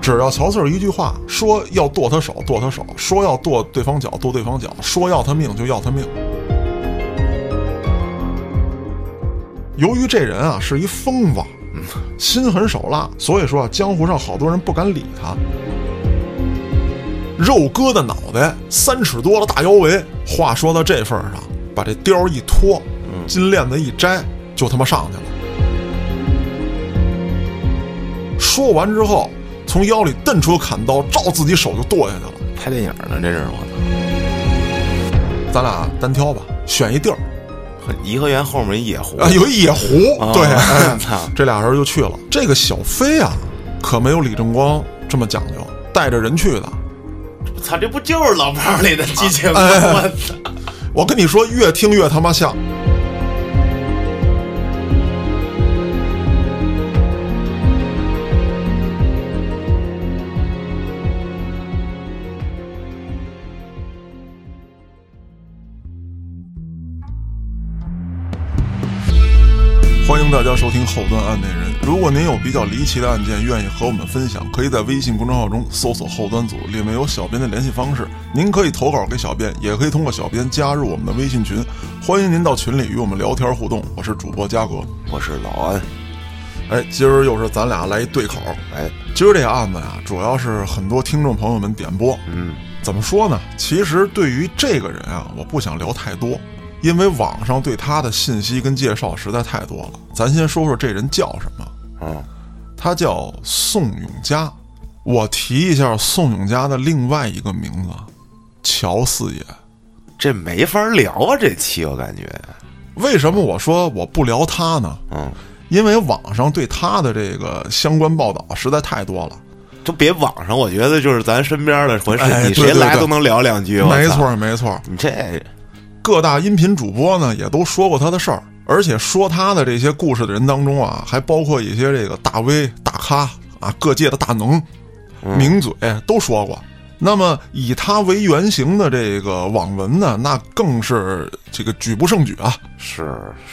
只要乔四儿一句话说要剁他手，剁他手；说要剁对方脚，剁对方脚；说要他命就要他命。由于这人啊是一疯子，嗯心狠手辣，所以说啊江湖上好多人不敢理他。肉疙瘩脑袋，三尺多的大腰围。话说到这份儿上，把这貂儿一脱，金链子一摘，就他妈上去了。说完之后，从腰里蹬出砍刀，照自己手就剁下去了。拍电影呢，这是我咱俩单挑吧，选一地儿操！颐和园后面一野湖啊，有一野湖，啊对，哎操这俩人就去了。这个小飞啊，可没有李正光这么讲究，带着人去的。操，这不就是老炮儿里的激情吗？啊哎我操！我跟你说，越听越他妈像。欢迎大家收听《后端案内人》。如果您有比较离奇的案件，愿意和我们分享，可以在微信公众号中搜索“后端组”，里面有小编的联系方式。您可以投稿给小编，也可以通过小编加入我们的微信群。欢迎您到群里与我们聊天互动。我是主播嘉哥。我是老安，哎，今儿又是咱俩来一对口。哎，今儿这案子呀，主要是很多听众朋友们点播。嗯，怎么说呢？其实对于这个人啊，我不想聊太多，因为网上对他的信息跟介绍实在太多了。咱先说说这人叫什么。嗯，他叫宋永嘉。我提一下宋永嘉的另外一个名字，啊乔四爷。这没法聊啊，这期我感觉，为什么我说我不聊他呢？嗯，因为网上对他的这个相关报道实在太多了。都别网上，我觉得就是咱身边的，或者哎是你对谁对来对都能聊两哎句，我操没，错，没错。你这各大音频主播呢也都说过他的事儿，而且说他的这些故事的人当中啊，还包括一些这个大 V、大咖啊，各界的大能、名嘴都说过。那么以他为原型的这个网文呢，那更是这个举不胜举啊。是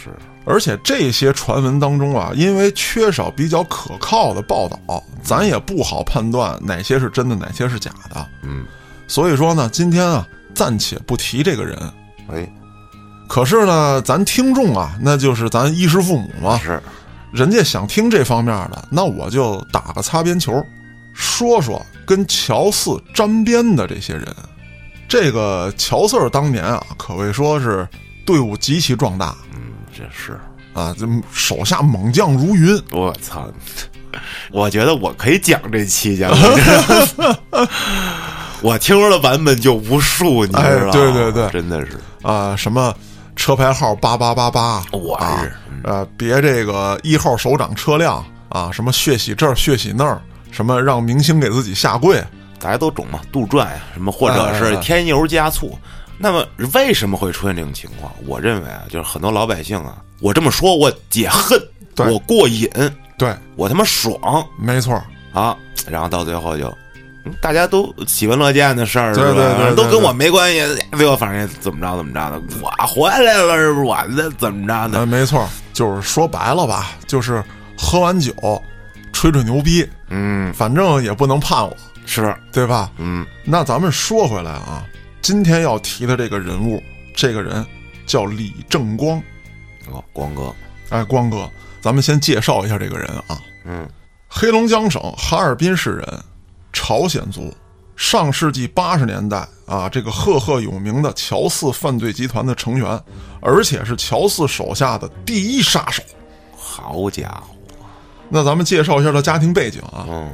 是，而且这些传闻当中啊，因为缺少比较可靠的报道，咱也不好判断哪些是真的，哪些是假的。嗯，所以说呢，今天啊，暂且不提这个人，哎，可是呢，咱听众啊，那就是咱衣食父母嘛，是，人家想听这方面的，那我就打个擦边球，说说跟乔四沾边的这些人。这个乔四儿当年啊，可谓说是队伍极其壮大嗯，这是，啊，这手下猛将如云。我操，我觉得我可以讲这期讲， 我听说的版本就无数，你知道吗？哎对对对真的是，啊，什么车牌号八八八八，我啊日，呃，别这个一号首长车辆啊，什么血洗这儿血洗那儿，什么让明星给自己下跪，大家都懂嘛，杜撰呀，什么或者哎哎是哎添油加醋。那么为什么会出现这种情况？我认为啊，就是很多老百姓啊，我这么说我解恨，对我过瘾，对，我他妈爽没错儿，啊！然后到最后就。嗯大家都喜闻乐见的事儿，对是吧对对对都跟我没关系。最后反正怎么着怎么着的，我回来了是不是？我的怎么着呃，的？没错，就是说白了吧，就是喝完酒，吹吹牛逼，嗯，反正也不能判我，是，对吧？嗯，那咱们说回来啊，今天要提的这个人物，这个人叫李正光。哦，光哥，哎，光哥，咱们先介绍一下这个人啊。嗯，黑龙江省哈尔滨市人，朝鲜族。上世纪八十年代啊，这个赫赫有名的乔四犯罪集团的成员，而且是乔四手下的第一杀手。好家伙，那咱们介绍一下他家庭背景啊，嗯，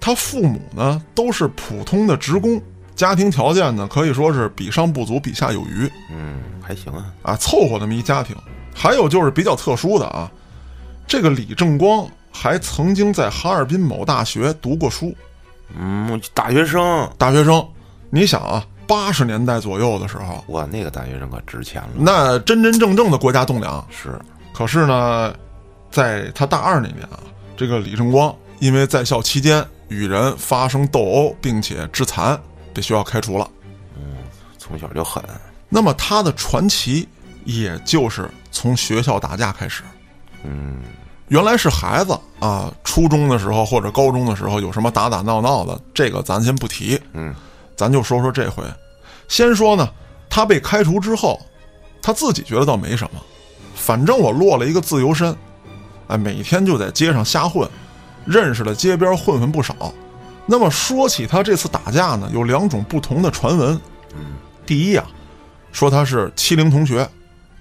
他父母呢都是普通的职工，家庭条件呢可以说是比上不足，比下有余嗯，还行啊，啊，凑合那么一家庭。还有就是比较特殊的啊，这个李正光还曾经在哈尔滨某大学读过书，嗯，大学生，大学生。你想啊，八十年代左右的时候，哇，那个大学生可值钱了，那真真正正的国家栋梁。是，可是呢，在他大二那年啊，这个李正光因为在校期间与人发生斗殴，并且致残，被学校开除了。从小就狠，那么他的传奇，也就是从学校打架开始。嗯，原来是孩子啊，初中的时候或者高中的时候有什么打打闹闹的，这个咱先不提，嗯，咱就说说这回。先说呢，他被开除之后，他自己觉得倒没什么，反正我落了一个自由身，哎，每天就在街上瞎混，认识了街边混混不少。那么说起他这次打架呢，有两种不同的传闻。嗯第一啊，说他是欺凌同学，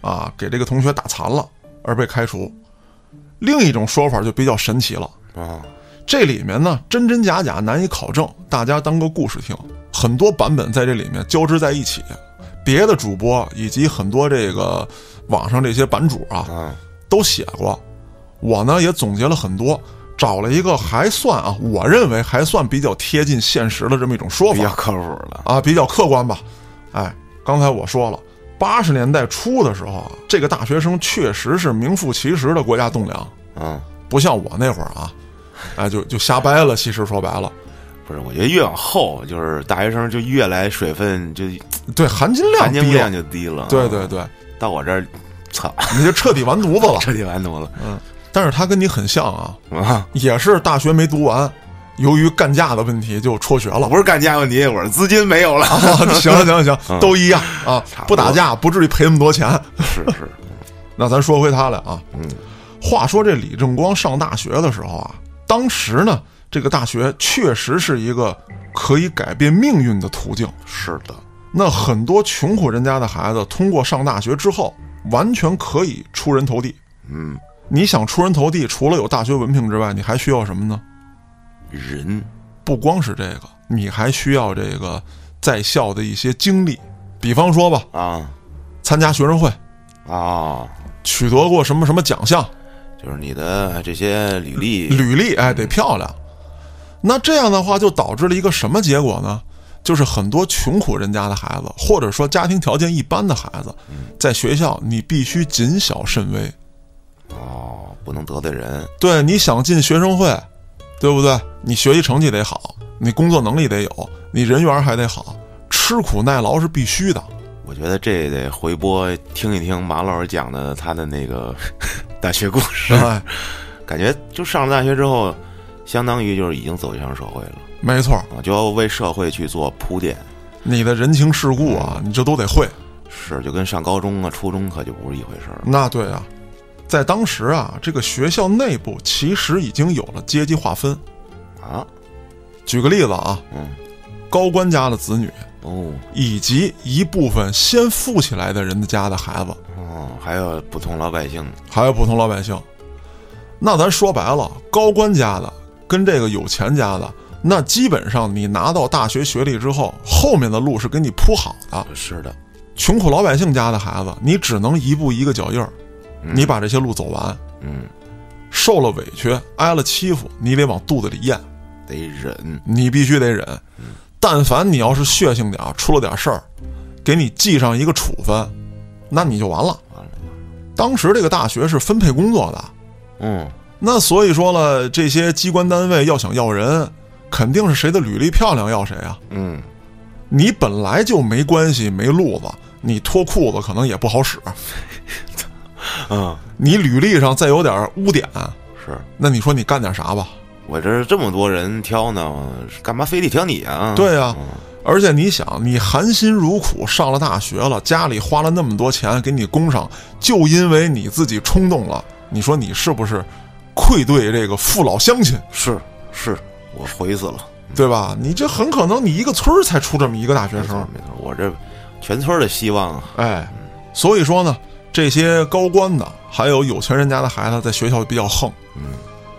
啊，给这个同学打残了而被开除。另一种说法就比较神奇了，啊，这里面呢真真假假难以考证，大家当个故事听。很多版本在这里面交织在一起，别的主播以及很多这个网上这些版主啊，啊，都写过。我呢也总结了很多，找了一个还算啊，我认为还算比较贴近现实的这么一种说比较法靠谱了，啊，比较客观吧。哎，刚才我说了，八十年代初的时候啊，这个大学生确实是名副其实的国家栋梁，嗯，不像我那会儿啊，哎就就瞎掰了。其实说白了，不是，我觉得越往后就是大学生就越来水分就对含金量含金低量了，就低了，啊对对，对，哦到我这儿，操，你就彻底完犊子 了。彻底完犊了但是他跟你很像啊，啊！也是大学没读完，由于干架的问题就辍学了 我。不是干家问题，我是资金没有了， 啊，行了行了行了，都一样啊嗯差，不不多打架不至于赔那么多钱。是是，那咱说回他来啊，嗯，话说这李正光上大学的时候啊，当时呢，这个大学确实是一个可以改变命运的途径。是的，那很多穷苦人家的孩子通过上大学之后，完全可以出人头地。嗯，你想出人头地，除了有大学文凭之外，你还需要什么呢？人不光是这个，你还需要这个在校的一些经历，比方说吧，啊参加学生会，啊，取得过什么什么奖项，就是你的这些履历，履历哎得漂亮。那这样的话，就导致了一个什么结果呢？就是很多穷苦人家的孩子，或者说家庭条件一般的孩子，在学校你必须谨小慎微。哦，不能得罪人，对，你想进学生会，对不对？你学习成绩得好，你工作能力得有，你人缘还得好，吃苦耐劳是必须的。我觉得这得回播听一听马老师讲的他的那个 大学故事，哎，感觉就上了大学之后，相当于就是已经走向社会了没错，啊，就要为社会去做铺垫。你的人情世故啊，你这都得会。是，就跟上高中啊、初中可就不是一回事儿了。那对啊，在当时啊，这个学校内部其实已经有了阶级划分。啊，举个例子啊，嗯，高官家的子女哦，以及一部分先富起来的人家的孩子，哦，还有普通老百姓，还有普通老百姓。那咱说白了，高官家的跟这个有钱家的，那基本上你拿到大学学历之后，后面的路是给你铺好的。是的，穷苦老百姓家的孩子，你只能一步一个脚印儿，嗯你把这些路走完。嗯，受了委屈，挨了欺负，你得往肚子里咽，得忍，你必须得忍。但凡你要是血性点儿，出了点事儿，给你记上一个处分，那你就完了。完了，当时这个大学是分配工作的，嗯，那所以说了，这些机关单位要想要人，肯定是谁的履历漂亮要谁啊。嗯，你本来就没关系，没路子，你脱裤子可能也不好使。嗯，你履历上再有点污点，是那你说你干点啥吧？我这这么多人挑呢，干嘛非得挑你啊？对呀、嗯而且你想，你含辛茹苦上了大学了，家里花了那么多钱给你供上，就因为你自己冲动了，你说你是不是愧对这个父老乡亲，是是，我悔死了，对吧？你这很可能你一个村儿才出这么一个大学没错生，没错，我这全村的希望啊，哎，所以说呢，这些高官的还有有钱人家的孩子在学校比较横，嗯，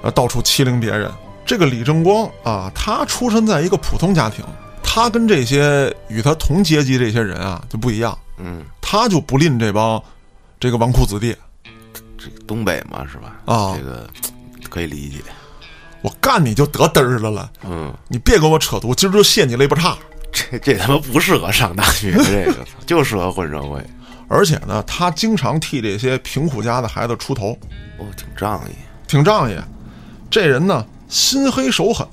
呃，到处欺凌别人。这个李正光啊，他出身在一个普通家庭，他跟这些与他同阶级这些人啊就不一样。嗯，他就不吝这帮这个纨绔子弟，这个东北嘛是吧？啊这个可以理解，我干你就得嘚儿了了，嗯，你别跟我扯犊，今儿就卸你肋巴叉。 这这他妈不适合上大学，这 个就适合混社会，而且呢，他经常替这些贫苦家的孩子出头，哦，挺仗义，挺仗义。这人呢，心黑手狠，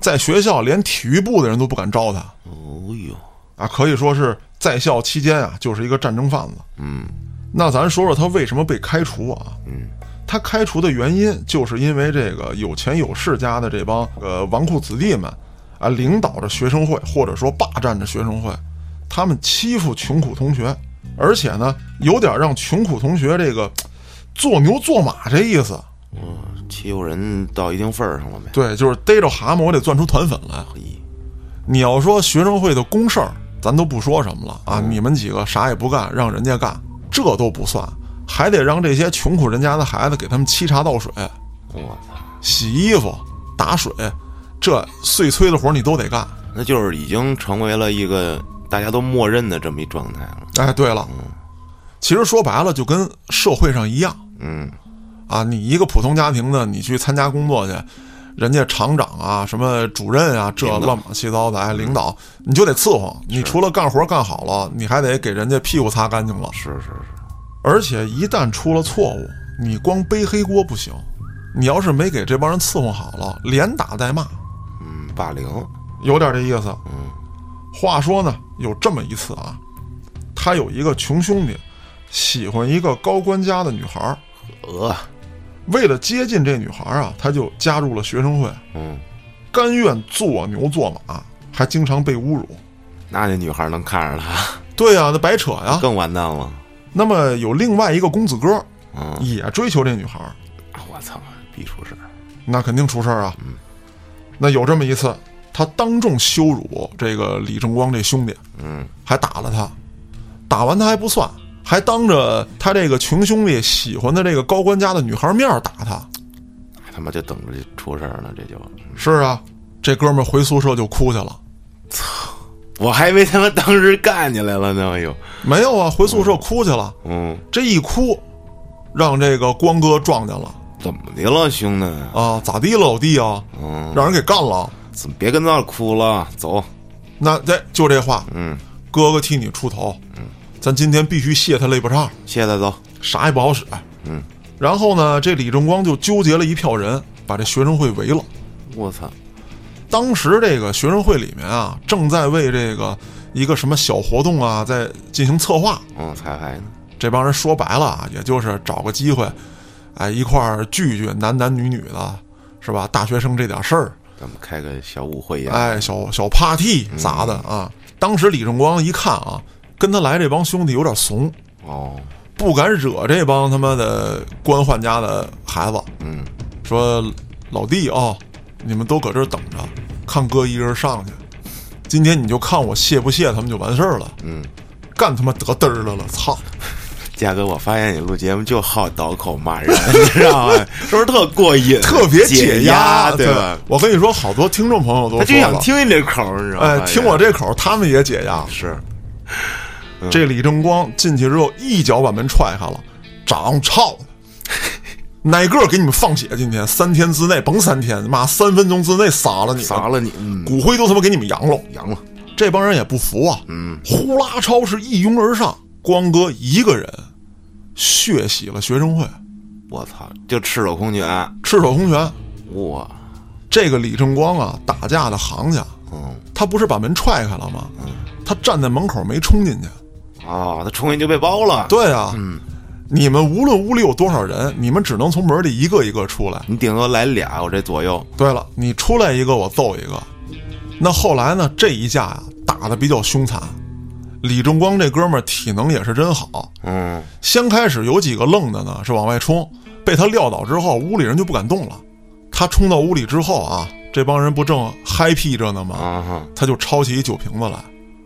在学校连体育部的人都不敢招他哦呦，啊，可以说是在校期间啊，就是一个战争贩子。嗯那咱说说他为什么被开除啊？嗯，他开除的原因，就是因为这个有钱有势家的这帮呃纨绔子弟们啊，领导着学生会，或者说霸占着学生会，他们欺负穷苦同学，而且呢，有点让穷苦同学这个做牛做马这意思。嗯，欺负人到一定份儿上了呗。对，就是逮着蛤蟆，我得攥出团粉来。咦你要说学生会的公事儿，咱都不说什么了啊，你们几个啥也不干，让人家干，这都不算，还得让这些穷苦人家的孩子给他们沏茶倒水、我操，洗衣服、打水，这碎催的活儿你都得干。那就是已经成为了一个大家都默认的这么一状态了。哎，对了，其实说白了就跟社会上一样嗯，啊，你一个普通家庭的，你去参加工作去。人家厂长啊，什么主任啊，这领导乱嗯七糟的，哎，领导，你就得伺候。你除了干活干好了，你还得给人家屁股擦干净了。是是是，而且一旦出了错误，你光背黑锅不行，你要是没给这帮人伺候好了，连打带骂，嗯，霸凌，有点这意思。嗯，话说呢，有这么一次啊，他有一个穷兄弟，喜欢一个高官家的女孩儿，呃，为了接近这女孩儿啊，他就加入了学生会，嗯，甘愿做牛做马，啊还经常被侮辱。那那女孩能看着他，对呀、那白扯呀。 更完蛋了。那么有另外一个公子哥嗯，也追求这女孩儿，啊我操，必出事儿。那肯定出事儿啊。那有这么一次，他当众羞辱这个李正光这兄弟，嗯，还打了他，打完他还不算，还当着他这个穷兄弟喜欢的这个高官家的女孩面儿打他。那他妈就等着这出事儿呢，这就。是啊，这哥们儿回宿舍就哭去了。我还以为他妈当时干起来了呢，哎呦，没有啊，回宿舍哭去了。嗯，这一哭，让这个光哥撞见了怎么的了，兄弟？啊，咋地了老弟啊？嗯，让人给干了。怎么别跟那儿哭了？走，那这就这话，嗯，哥哥替你出头，嗯，咱今天必须卸他肋巴叉。谢他走。啥也不好使。嗯，然后呢，这李正光就纠结了一票人，把这学生会围了。我操，当时这个学生会里面啊，正在为这个一个什么小活动啊，在进行策划。嗯，才还呢，这帮人说白了啊，也就是找个机会，哎，一块儿聚聚，男男女女的，是吧？大学生这点事儿，咱们开个小舞会呀。哎，小小 party 啥的啊。当时李正光一看啊，跟他来这帮兄弟有点怂，哦，不敢惹这帮他妈的官宦家的孩子。嗯，说老弟啊、你们都搁这儿等着，看哥一人上去。今天你就看我卸不卸他们就完事儿了。嗯，干他妈得嘚儿了了， 操！嘉哥，我发现你录节目就好倒口骂人， 你知道吗？是不是特过瘾，特别解压，对对吧？我跟你说，好多听众朋友都他就说想了，听你这口儿，你知道吗？哎，听我这口儿，他们也解压。是，这李正光进去之后，一脚把门踹开了，长操！ 哪个给你们放血？今天三天之内，甭三天，妈三分钟之内杀了你们，砸了你，嗯，骨灰都他妈给你们扬了。阳了，这帮人也不服啊，嗯，呼啦超是一拥而上，光哥一个人血洗了学生会，我操，就赤手空拳，赤手空拳。哇，这个李正光啊，打架的行家，嗯，他不是把门踹开了吗？他站在门口没冲进去。哦，他冲进就被包了，对啊，你们无论屋里有多少人，你们只能从门里一个一个出来。你顶多来俩，我这左右，对了，你出来一个，我揍一个。那后来呢？这一架呀、打的比较凶残。李正光这哥们儿体能也是真好，嗯，先开始有几个愣的呢，是往外冲，被他撂倒之后，屋里人就不敢动了。他冲到屋里之后啊，这帮人不正嗨皮着呢吗？啊哈，他就抄起一酒瓶子来，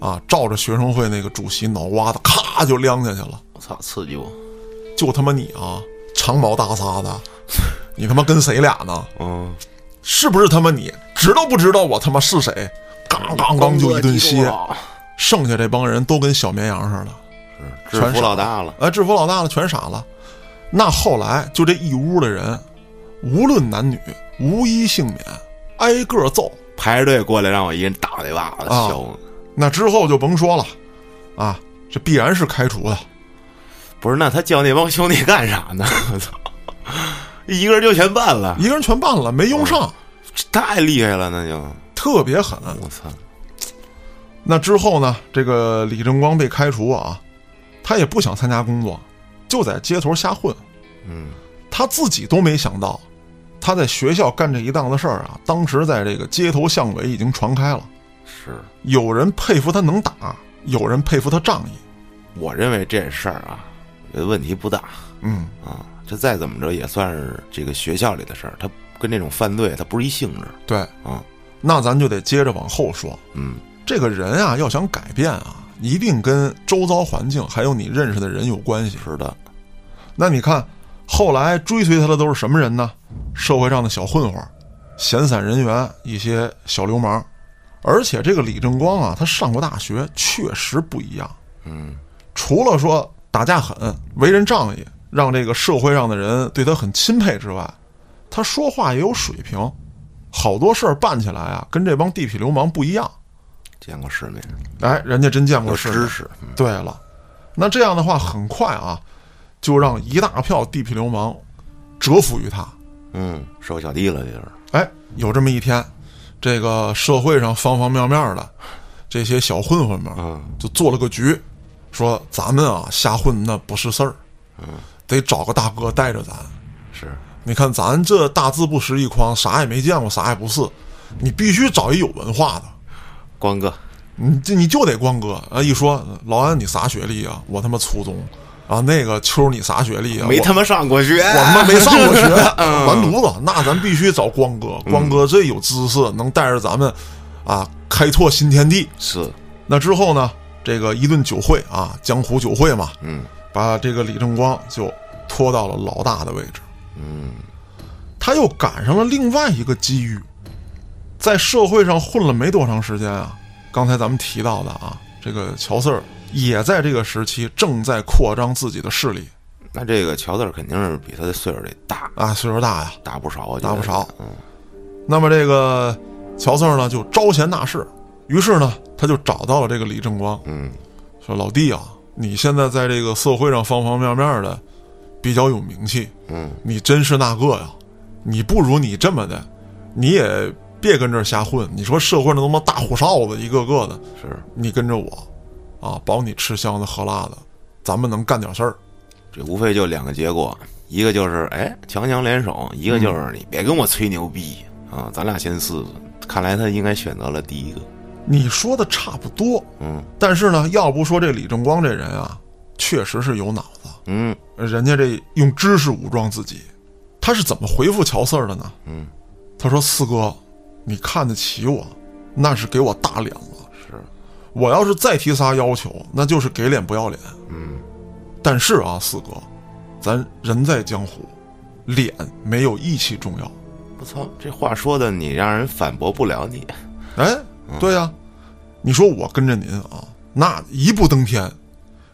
啊，照着学生会那个主席脑瓜子，咔就亮下去了。我操，刺激我，就他妈你啊，长毛大撒的， 你他妈跟谁俩呢？嗯，是不是他妈你？知道不知道我他妈是谁？咣咣咣就一顿光歇哥，激剩下这帮人都跟小绵羊似的。动了，制服老大了，哎，制服老大了，全傻了。那后来就这一屋的人，无论男女，无一幸免，挨个揍。排着队过来让我一人打我一巴掌，啊削。那之后就甭说了，啊，这必然是开除的。不是，那他叫那帮兄弟干啥呢？ 我操，一个人就全办了，一个人全办了，没用上，这太厉害了，那就特别狠。我操，那之后呢，这个李正光被开除啊，他也不想参加工作，就在街头瞎混。嗯，他自己都没想到，他在学校干这一档子事儿啊，当时在这个街头巷尾已经传开了。是，有人佩服他能打，有人佩服他仗义。嗯我认为这事儿啊，我觉得问题不大嗯，啊。这再怎么着也算是这个学校里的事儿，它跟那种犯罪它不是一性质对，啊。那咱就得接着往后说。嗯，这个人啊，要想改变啊，一定跟周遭环境还有你认识的人有关系。是的，那你看，后来追随他的都是什么人呢？社会上的小混混、闲散人员、一些小流氓。而且这个李正光啊，他上过大学，确实不一样。嗯，除了说打架狠、为人仗义，让这个社会上的人对他很钦佩之外，他说话也有水平，好多事儿办起来啊，跟这帮地痞流氓不一样。见过世面，哎，人家真见过有世知面。识，嗯对了，那这样的话，很快啊，就让一大票地痞流氓折服于他。嗯，收小弟了，这是。哎，有这么一天，这个社会上方方面面的这些小混混们，啊嗯就做了个局，说咱们啊瞎混那不是事儿，嗯得找个大哥带着咱。是，你看咱这大字不识一筐，啥也没见过，啥也不是，你必须找一有文化的。光哥，你这你就得光哥啊！一说老安你啥学历啊？我他妈初中啊！那个秋儿你啥学历啊？没我他妈嗯上过学，我他妈没上过学， 完犊子！那咱必须找光哥，光嗯哥这有知识，能带着咱们啊开拓新天地。 是，那之后呢，这个一顿酒会啊，江湖酒会嘛，嗯，把这个李正光就拖到了老大的位置。嗯，他又赶上了另外一个机遇，在社会上混了没多长时间啊，刚才咱们提到的啊，这个乔四儿也在这个时期正在扩张自己的势力那这个乔字肯定是比他的岁数得大，啊，岁数大呀。大不少，我觉大得不少嗯，那么这个乔四儿呢，就招贤纳士，于是呢，他就找到了这个李正光，嗯，说：“老弟啊，你现在在这个社会上方方面面的比较有名气，嗯，你真是那个呀，你不如你这么的，你也别跟这儿瞎混。你说社会上那么大虎哨子一个个的，是，你跟着我，啊，保你吃香的喝辣的，咱们能干点事儿。这无非就两个结果，一个就是哎强强联手，一个就是你别跟我吹牛逼啊，咱俩先试试。看来他应该选择了第一个，你说的差不多，嗯但是呢，要不说这李正光这人啊，确实是有脑子，嗯，人家这用知识武装自己，他是怎么回复乔四儿的呢？嗯，他说：“四哥，你看得起我，那是给我大脸了。是，我要是再提啥要求，那就是给脸不要脸。嗯但是啊，四哥，咱人在江湖，脸没有义气重要。我操，这话说的你让人反驳不了你，哎，对呀、你说我跟着您啊，那一步登天，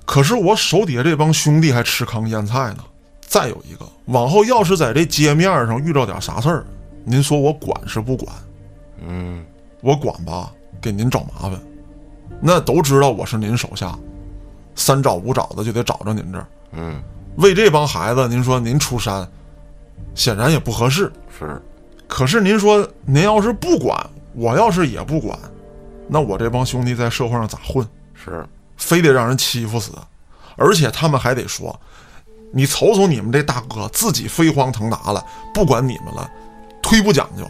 可是我手底下这帮兄弟还吃糠咽菜呢。再有一个，往后要是在这街面上遇到点啥事儿，您说我管是不管？嗯，我管吧，给您找麻烦。那都知道我是您手下，三找五找的就得找着您这儿。嗯，为这帮孩子，您说您出山，显然也不合适。是，可是您说您要是不管，我要是也不管，那我这帮兄弟在社会上咋混？是，非得让人欺负死，而且他们还得说，你瞅瞅你们这大哥自己飞黄腾达了，不管你们了，忒不讲究。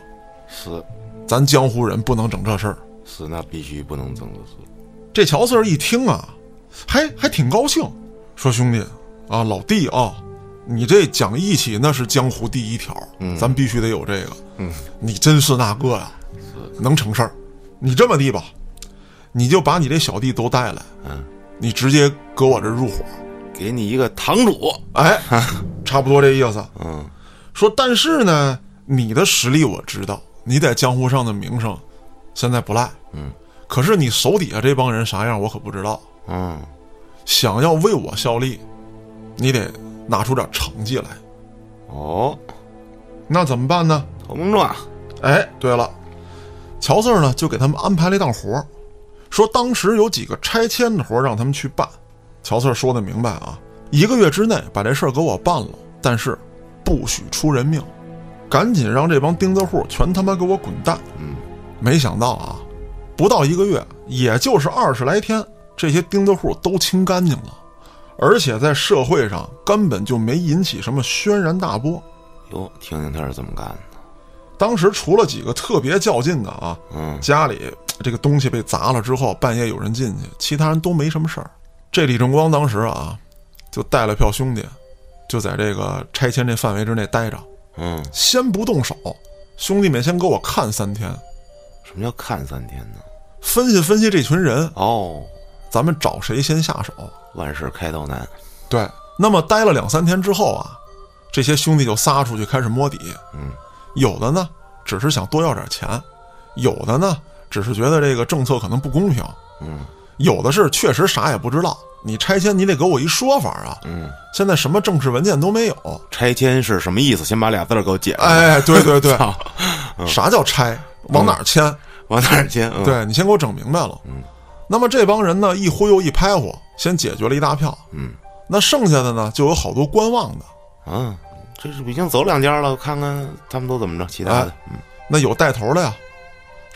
是，咱江湖人不能整这事儿。是，那必须不能增是，这乔四儿一听啊，还还挺高兴，说兄弟啊，老弟啊，你这讲义气那是江湖第一条，咱必须得有这个。嗯，你真是那个呀、能成事儿。你这么地吧，你就把你这小弟都带来，嗯，你直接搁我这儿入伙。给你一个堂主，哎，差不多这意思。嗯，说，但是呢，你的实力我知道，你在江湖上的名声现在不赖，嗯，可是你手底下这帮人啥样，我可不知道。嗯，想要为我效力，你得拿出点成绩来。哦，那怎么办呢？投名状，哎，对了，乔四儿呢就给他们安排了一档活儿，说当时有几个拆迁的活儿让他们去办。乔四儿说的明白啊，一个月之内把这事儿给我办了，但是不许出人命，赶紧让这帮钉子户全他妈给我滚蛋。嗯，没想到啊，不到一个月，也就是二十来天，这些钉子户都清干净了，而且在社会上根本就没引起什么轩然大波。哟，听听他是怎么干的。当时除了几个特别较劲的啊，嗯家里这个东西被砸了之后，半夜有人进去，其他人都没什么事儿。这李正光当时啊，就带了票兄弟，就在这个拆迁这范围之内待着，嗯，先不动手，兄弟们先给我看三天，什么叫看三天呢？分析分析这群人，哦，咱们找谁先下手。万事开头难。对，那么待了两三天之后啊，这些兄弟就撒出去开始摸底。嗯，有的呢只是想多要点钱，有的呢只是觉得这个政策可能不公平，嗯有的是确实啥也不知道。你拆迁你得给我一说法啊！嗯，现在什么正式文件都没有。拆迁是什么意思？先把俩字儿给我解释。哎，对对对， 操，啥叫拆？往哪儿迁？往哪儿迁？嗯，对你先给我整明白了。嗯，那么这帮人呢，一忽悠一拍呼，先解决了一大票。嗯，那剩下的呢，就有好多观望的。啊，这是已经走两家了，看看他们都怎么着，其他的。嗯那有带头的呀，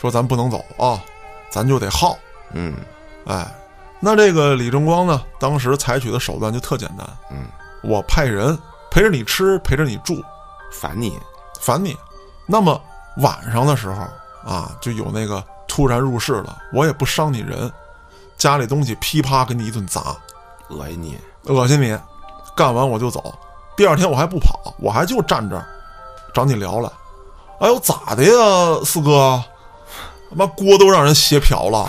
说咱不能走啊，咱就得耗。嗯哎，那这个李正光呢，当时采取的手段就特简单，嗯，我派人陪着你吃，陪着你住，烦你。烦你。那么晚上的时候啊，就有那个突然入室了，我也不伤你人，家里东西噼啪给你一顿砸，恶心你，恶心你，干完我就走。第二天我还不跑，我还就站这儿找你聊来。哎呦，咋的呀，四哥？他妈锅都让人斜瓢了，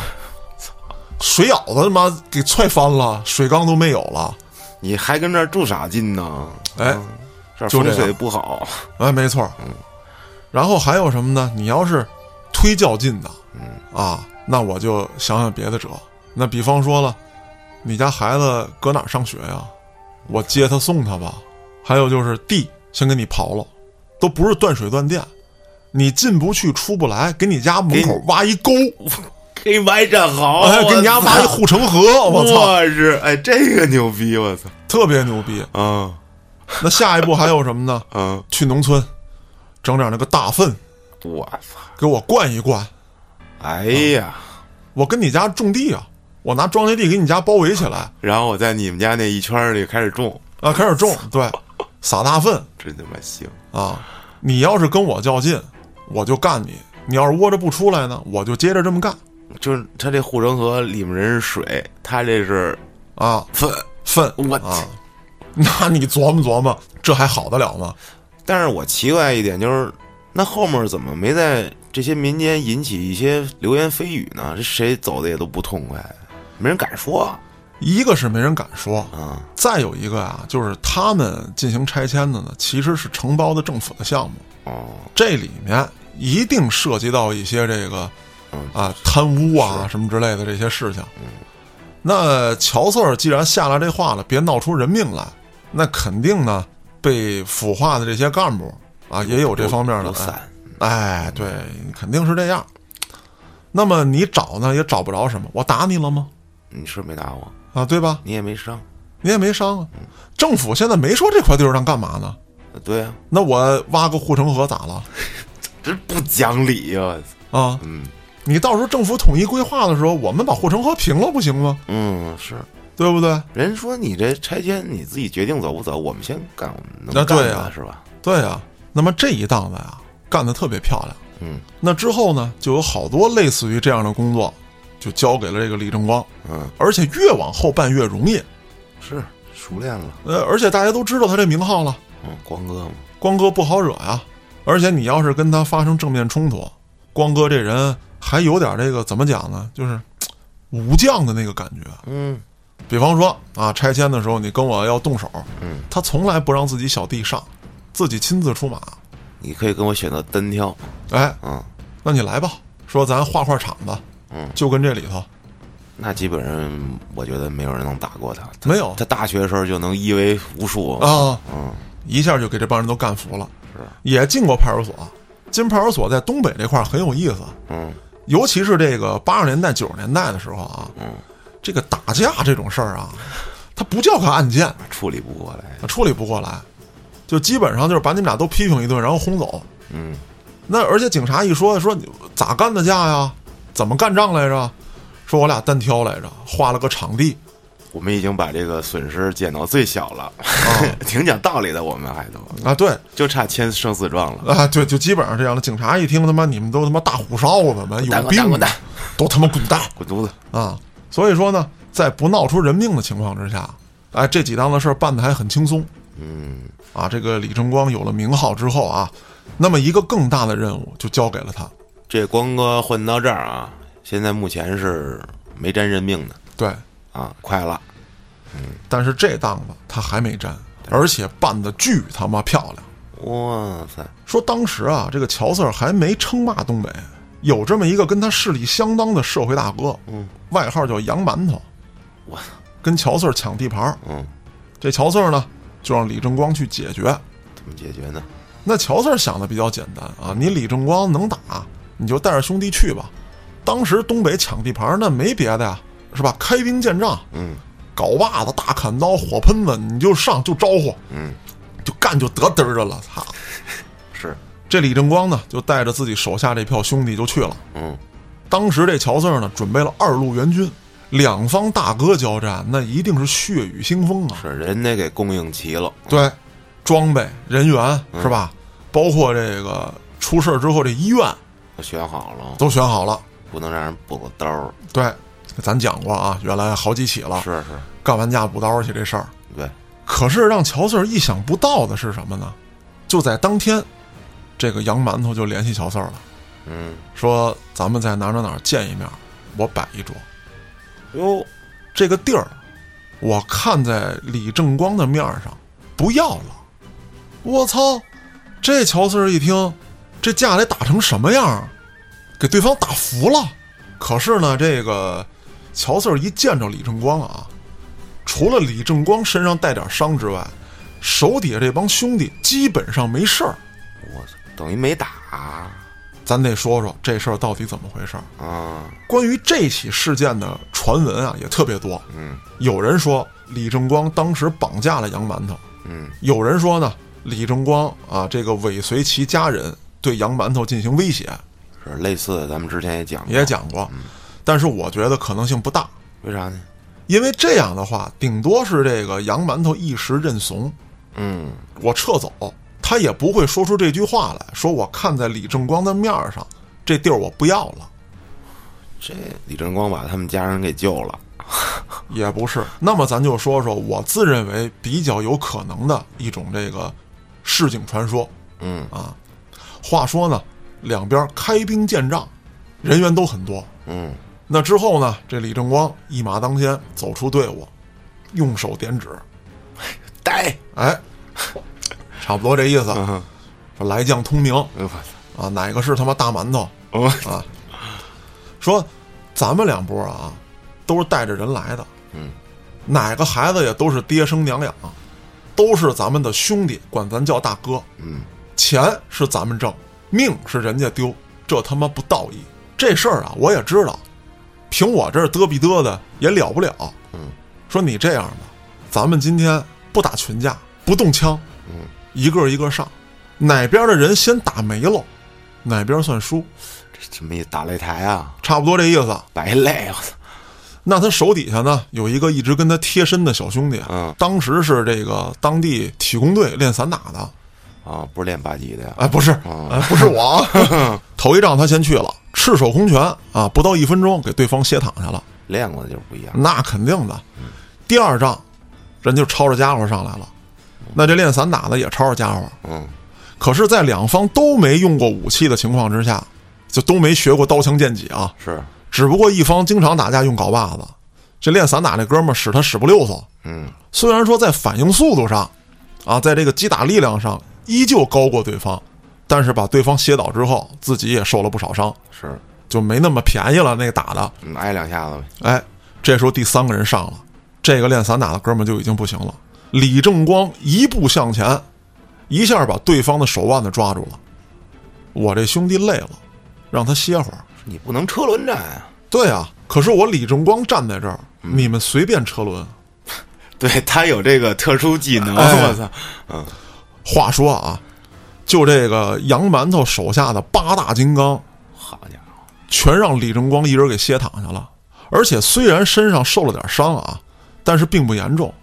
水舀子他妈给踹翻了，水缸都没有了。你还跟这儿住啥劲呢？哎嗯，这儿就这风样水不好。哎，没错。然后还有什么呢？你要是忒较劲的，啊，那我就想想别的辙。那比方说了，你家孩子搁哪儿上学呀？我接他送他吧。还有就是地先给你刨了，都不是断水断电，你进不去出不来，给你家门口给挖一沟，给你买真好，哎，给你家我操挖一护城河，我操，我日！哎，这个牛逼！我操！特别牛逼。啊那下一步还有什么呢？啊！去农村，整点那个大粪我操！给我灌一灌。哎呀！我跟你家种地啊，我拿庄稼地给你家包围起来然后我在你们家那一圈儿里开始种，啊，开始种，对，撒大粪真他妈行！啊。你要是跟我较劲，我就干你；你要是窝着不出来呢，我就接着这么干就是他这护城河里面人是水，他这是啊。粪。粪， 我啊，那你琢磨琢磨，这还好得了吗？但是我奇怪一点就是，那后面怎么没在这些民间引起一些流言蜚语呢？这谁走的也都不痛快，没人敢说。一个是没人敢说，嗯再有一个啊，就是他们进行拆迁的呢，其实是承包的政府的项目，哦，这里面一定涉及到一些这个嗯啊贪污啊什么之类的这些事情。那乔四儿既然下了这话了，别闹出人命来，那肯定呢被腐化的这些干部啊也有这方面的有散。哎，对，肯定是这样。那么你找呢也找不着什么，我打你了吗？你是没打我，啊，对吧？你也没伤。你也没伤啊。政府现在没说这块地儿让干嘛呢？对啊，那我挖个护城河咋了？真不讲理呀、我操啊，嗯你到时候政府统一规划的时候，我们把护城河平了不行吗？嗯，是。对不对？人说你这拆迁你自己决定走不走，我们先干我们能那干的对啊是吧？对呀、那么这一档子呀、干得特别漂亮。嗯那之后呢，就有好多类似于这样的工作，就交给了这个李正光，嗯，而且越往后办越容易。是熟练了。呃，而且大家都知道他这名号了，嗯，光哥嘛，光哥不好惹呀、而且你要是跟他发生正面冲突，光哥这人还有点这个怎么讲呢？就是嘖武将的那个感觉。嗯，比方说啊，拆迁的时候你跟我要动手，嗯，他从来不让自己小弟上，自己亲自出马。你可以跟我选择单挑。哎，嗯，那你来吧，说咱画画场子，嗯就跟这里头那基本上我觉得没有人能打过他。他没有他大学的时候就能一为无术。啊，嗯，一下就给这帮人都干服了。是，也进过派出所，进派出所在东北这块儿很有意思，嗯尤其是这个八十年代九十年代的时候啊，嗯，这个打架这种事儿啊，它不叫个案件，处理不过来。它处理不过来，就基本上就是把你们俩都批评一顿，然后轰走。嗯，那而且警察一说说你咋干的架呀？怎么干仗来着？说我俩单挑来着，画了个场地，我们已经把这个损失减到最小了， 挺讲道理的，我们还都啊，对就差签生死状了。啊，对，就基本上这样了。警察一听他妈你们都他妈大虎哨子们，有滚蛋病滚吧蛋，都他妈滚蛋滚犊子！啊！所以说呢，在不闹出人命的情况之下，哎，这几档子事儿办的还很轻松。嗯，啊，这个李正光有了名号之后啊，那么一个更大的任务就交给了他。这光哥混到这儿啊，现在目前是没沾人命的对，啊，快了。但是这档子他还没沾，而且办的巨他妈漂亮。哇塞，说当时啊，这个乔四儿还没称霸东北，有这么一个跟他势力相当的社会大哥，嗯，外号叫杨馒头，我操，跟乔四儿抢地盘儿。嗯，这乔四儿呢，就让李正光去解决。怎么解决呢？那乔四儿想的比较简单啊，你李正光能打，你就带着兄弟去吧。当时东北抢地盘儿那没别的呀，是吧？开兵见仗，嗯镐把子、大砍刀、火喷子，你就上就招呼，嗯，就干就得嘚儿着了。操！是，这李正光呢，就带着自己手下这票兄弟就去了。嗯，当时这乔四儿呢，准备了二路援军，两方大哥交战，那一定是血雨腥风啊。是人得给供应齐了。对，装备、人员是吧？包括这个出事儿之后这医院都选好了，都选好了。不能让人补了刀儿。对，咱讲过啊，原来好几起了，是是，干完架补刀去这事儿。对，可是让乔四儿意想不到的是什么呢？就在当天，这个杨馒头就联系乔四儿了，嗯，说咱们在哪儿哪儿哪儿见一面，我摆一桌。哟，这个地儿，我看在李正光的面儿上，不要了。我操！这乔四儿一听，这架得打成什么样儿？啊给对方打服了。可是呢，这个乔四儿一见着李正光啊，除了李正光身上带点伤之外，手底下这帮兄弟基本上没事儿。我操，等于没打咱得说说这事儿到底怎么回事儿。啊，关于这起事件的传闻啊，也特别多。嗯有人说李正光当时绑架了杨馒头，嗯，有人说呢，李正光啊，这个尾随其家人对杨馒头进行威胁，是类似的，咱们之前也讲过，也讲过，嗯但是我觉得可能性不大，为啥呢？因为这样的话，顶多是这个杨馒头一时认怂，嗯，我撤走，他也不会说出这句话来，说我看在李正光的面儿上，这地儿我不要了，这李正光把他们家人给救了，也不是。那么咱就说说我自认为比较有可能的一种这个市井传说，嗯啊，话说呢，两边开兵见仗，人员都很多。嗯，那之后呢，这李正光一马当先走出队伍，用手点指，呆，哎， 差不多这意思。嗯哼说来将通明哎呦我操，啊，哪个是他妈大馒头哦，啊？说咱们两拨啊，都是带着人来的，嗯，哪个孩子也都是爹生娘养，都是咱们的兄弟，管咱叫大哥。嗯，钱是咱们挣，命是人家丢，这他妈不道义。这事儿啊，我也知道，凭我这儿嘚逼嘚的也了不了。嗯，说你这样吧，咱们今天不打群架，不动枪，嗯，一个一个上，哪边的人先打没了，哪边算输，这什么意思？打擂台啊，差不多这意思。白擂，我操，那他手底下呢有一个一直跟他贴身的小兄弟，啊嗯当时是这个当地体工队练散打的，啊，不是练八级的呀，哎，不是，哎，不是我啊，头一仗他先去了，赤手空拳啊，不到一分钟给对方歇躺下了，练过的就是不一样，那肯定的。第二仗，人就抄着家伙上来了，那这练散打的也抄着家伙，嗯，可是，在两方都没用过武器的情况之下，就都没学过刀枪剑戟啊，是，只不过一方经常打架用镐把子，这练散打那哥们儿使他使不溜索，嗯，虽然说在反应速度上，啊，在这个击打力量上依旧高过对方，但是把对方歇倒之后，自己也受了不少伤，是，就没那么便宜了。那个打的，嗯挨两下子呗，哎，这时候第三个人上了，这个练散打的哥们儿就已经不行了。李正光一步向前，一下把对方的手腕子抓住了。我这兄弟累了，让他歇会儿。你不能车轮战啊，对啊，可是我李正光站在这儿，你们随便车轮。对他有这个特殊技能，哎我操，嗯，话说啊，就这个杨馒头手下的八大金刚，好家伙，全让李正光一人给歇躺下了。而且虽然身上受了点伤啊，但是并不严重。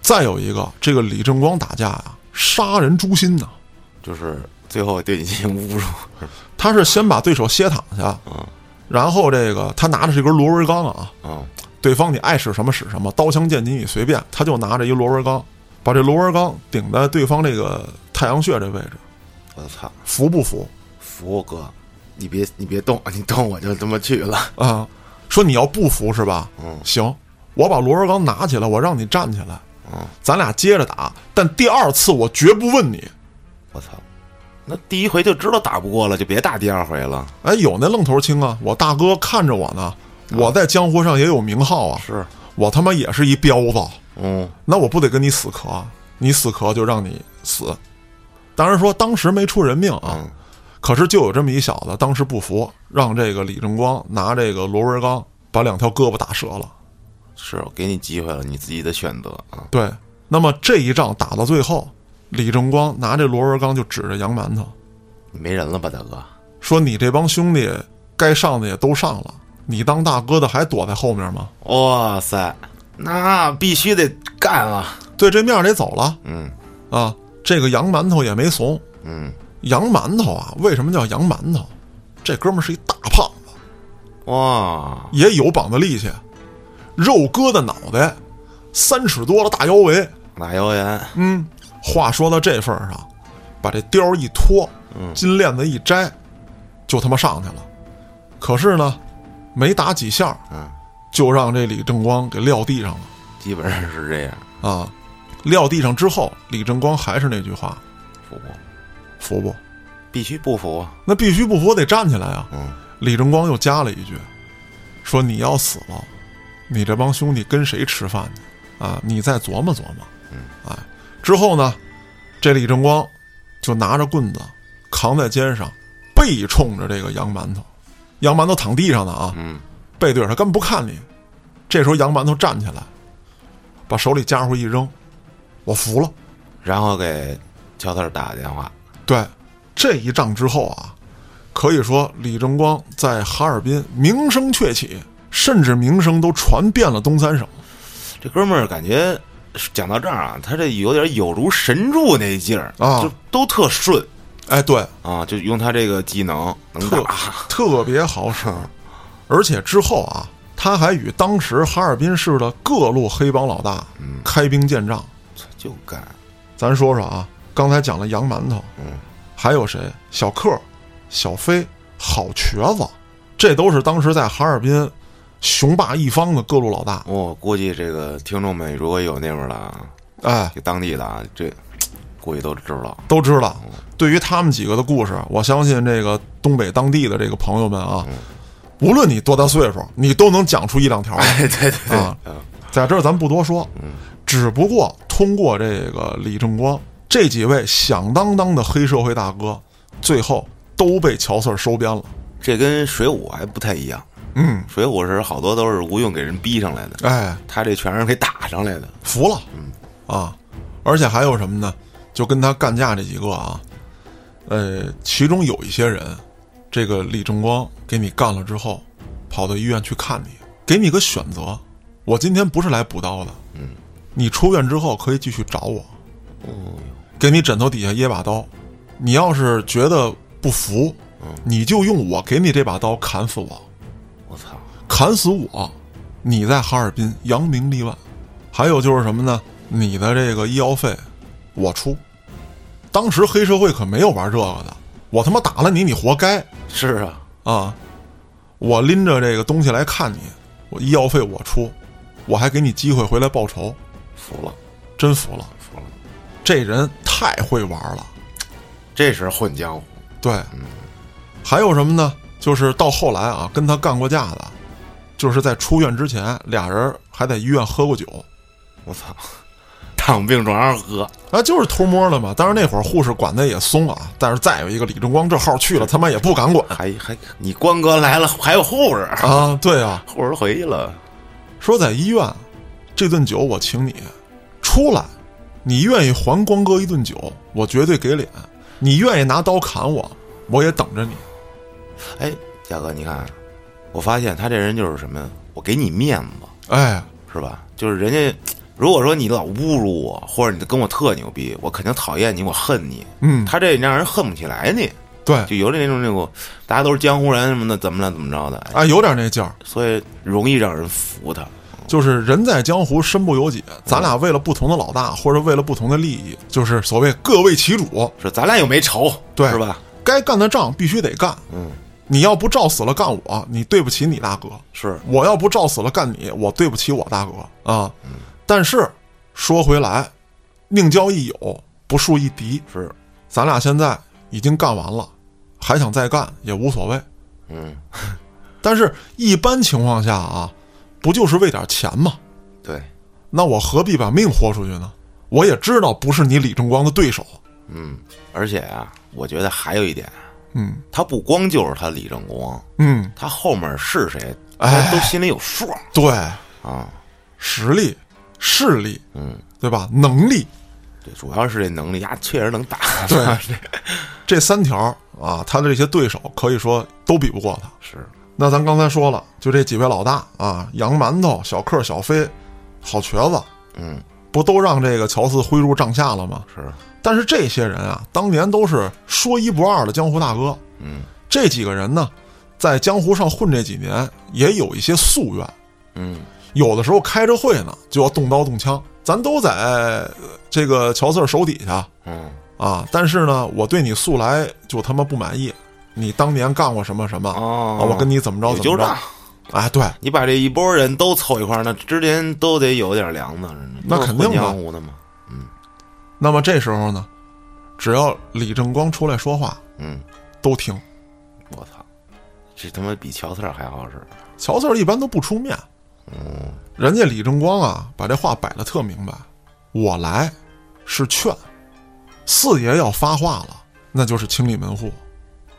再有一个，这个李正光打架啊，杀人诛心呐、就是最后对你进行侮辱，他是先把对手歇躺下，嗯然后这个他拿着这根螺纹钢啊，嗯对方你爱使什么使什么，刀枪剑戟你随便，他就拿着一螺纹钢，把这螺纹钢顶在对方这个太阳穴这位置，我操，服不服服哥，你别你别动，你动我就他妈去了。啊？说你要不服是吧？嗯行，我把螺纹钢拿起来，我让你站起来，嗯，咱俩接着打，但第二次我绝不问你。我操，那第一回就知道打不过了，就别打第二回了。哎，有那愣头青啊！我大哥看着我呢，我在江湖上也有名号啊，是，我他妈也是一彪子，嗯，那我不得跟你死磕啊？你死磕就让你死。当然说当时没出人命啊，嗯可是就有这么一小子，当时不服，让这个李正光拿这个螺纹钢把两条胳膊打折了。是我给你机会了，你自己的选择啊。对，那么这一仗打到最后，李正光拿这螺纹钢就指着杨馒头你没人了吧，大哥？说：“你这帮兄弟该上的也都上了，你当大哥的还躲在后面吗？哇塞，那必须得干啊！对这面得走了嗯啊！”这个杨馒头也没怂，嗯，杨馒头啊，为什么叫杨馒头？这哥们儿是一大胖子，哇，也有膀子力气，肉疙瘩脑袋，三尺多的大腰围。打谣言，嗯，话说到这份儿上，把这貂儿一脱，嗯金链子一摘，就他妈上去了。可是呢，没打几下儿，嗯就让这李正光给撂地上了基本上是这样。啊！撂地上之后，李正光还是那句话：服不？服不？必须不服啊！那必须不服，得站起来啊！嗯，李正光又加了一句，说：“你要死了，你这帮兄弟跟谁吃饭呢？啊，你再琢磨琢磨。”嗯，啊，之后呢，这李正光就拿着棍子扛在肩上，背冲着这个杨馒头。杨馒头躺地上呢啊，嗯，背对着他，根本不看你。这时候杨馒头站起来，把手里家伙一扔，我服了。然后给乔特打个电话。对，这一仗之后啊，可以说李正光在哈尔滨名声鹊起，甚至名声都传遍了东三省。这哥们儿感觉讲到这儿啊，他这有点有如神助那劲儿啊就都特顺哎，对，啊，就用他这个技能能特打。 特别好使，而且之后啊，他还与当时哈尔滨市的各路黑帮老大开兵见仗。就干，咱说说啊，刚才讲了杨馒头，嗯，还有谁？小克、小飞、好瘸子，这都是当时在哈尔滨雄霸一方的各路老大。我哦估计这个听众们如果有那边儿的啊，哎，就当地的啊，这估计都知道。 都知道。对于他们几个的故事，我相信这个东北当地的这个朋友们啊，无论你多大岁数，你都能讲出一两条来对对对嗯啊。在这儿咱不多说，只不过通过这个李正光这几位响当当的黑社会大哥，最后都被乔四儿收编了。这跟水浒还不太一样，嗯，水浒是好多都是吴用给人逼上来的，哎，他这全是给打上来的。服了，啊，而且还有什么呢？就跟他干架这几个啊，呃，其中有一些人，这个李正光给你干了之后，跑到医院去看你，给你个选择，我今天不是来补刀的，嗯，你出院之后可以继续找我，给你枕头底下掖把刀，你要是觉得不服，你就用我给你这把刀砍死我，我操，砍死我，你在哈尔滨扬名立万。还有就是什么呢？你的这个医药费我出。当时黑社会可没有玩这个的，我他妈打了你，你活该是啊，啊！我拎着这个东西来看你，我医药费我出，我还给你机会回来报仇，服了，真服了，服了，这人太会玩了。这是混江湖。对，还有什么呢？就是到后来啊，跟他干过架的，就是在出院之前，俩人还在医院喝过酒，我操，躺病床上喝，啊，就是偷摸的嘛。当然那会儿护士管的也松啊，但是再有一个李正光这号去了，他妈也不敢管还还你关哥来了，还有护士，啊。对啊，护士回去了。说在医院，这顿酒我请你，出来，你愿意还光哥一顿酒，我绝对给脸；你愿意拿刀砍我，我也等着你。啊哎，嘉哥，你看，我发现他这人就是什么呀？我给你面子哎，是是吧？就是人家，如果说你老侮辱我，或者你跟我特牛逼，我肯定讨厌你，我恨你。嗯他这让人恨不起来你，对，就有点那种那种，大家都是江湖人什么的，怎么了怎么着的，哎哎，有点那劲儿，所以容易让人服他。就是人在江湖身不由己。咱俩为了不同的老大，或者为了不同的利益，就是所谓各为其主，说咱俩又没仇，对是吧？该干的仗必须得干。嗯，你要不照死了干我，你对不起你大哥；是，我要不照死了干你，我对不起我大哥啊。嗯但是说回来，宁交一友，不树一敌。是，咱俩现在已经干完了，还想再干也无所谓。嗯， 但是一般情况下啊，不就是为点钱吗？对，那我何必把命豁出去呢？我也知道不是你李正光的对手。嗯，而且啊，我觉得还有一点，嗯他不光就是他李正光，嗯，他后面是谁，哎他都心里有数对，啊。实力、势力，嗯，对吧？能力对，主要是这能力，呀，确实能打。对这三条啊，他的这些对手可以说都比不过他。 是，那咱刚才说了，就这几位老大啊，杨馒头、小克、小飞、好瘸子，嗯，不都让这个乔四挥入帐下了吗？是，但是这些人啊，当年都是说一不二的江湖大哥。嗯这几个人呢，在江湖上混这几年，也有一些夙愿，嗯，有的时候开着会呢，就要动刀动枪。咱都在呃这个乔四儿手底下嗯，啊，但是呢，我对你素来就他妈不满意，你当年干过什么什么、哦啊？我跟你怎么着有怎旧么账着？，哎，对，你把这一波人都凑一块儿，那之前都得有点梁子，那肯定的都是混江湖的嘛。那么这时候呢，只要李正光出来说话，嗯，都听。我操，这他妈比乔特还好使。乔四儿一般都不出面，嗯，人家李正光啊，把这话摆得特明白，我来是劝，四爷要发话了，那就是清理门户。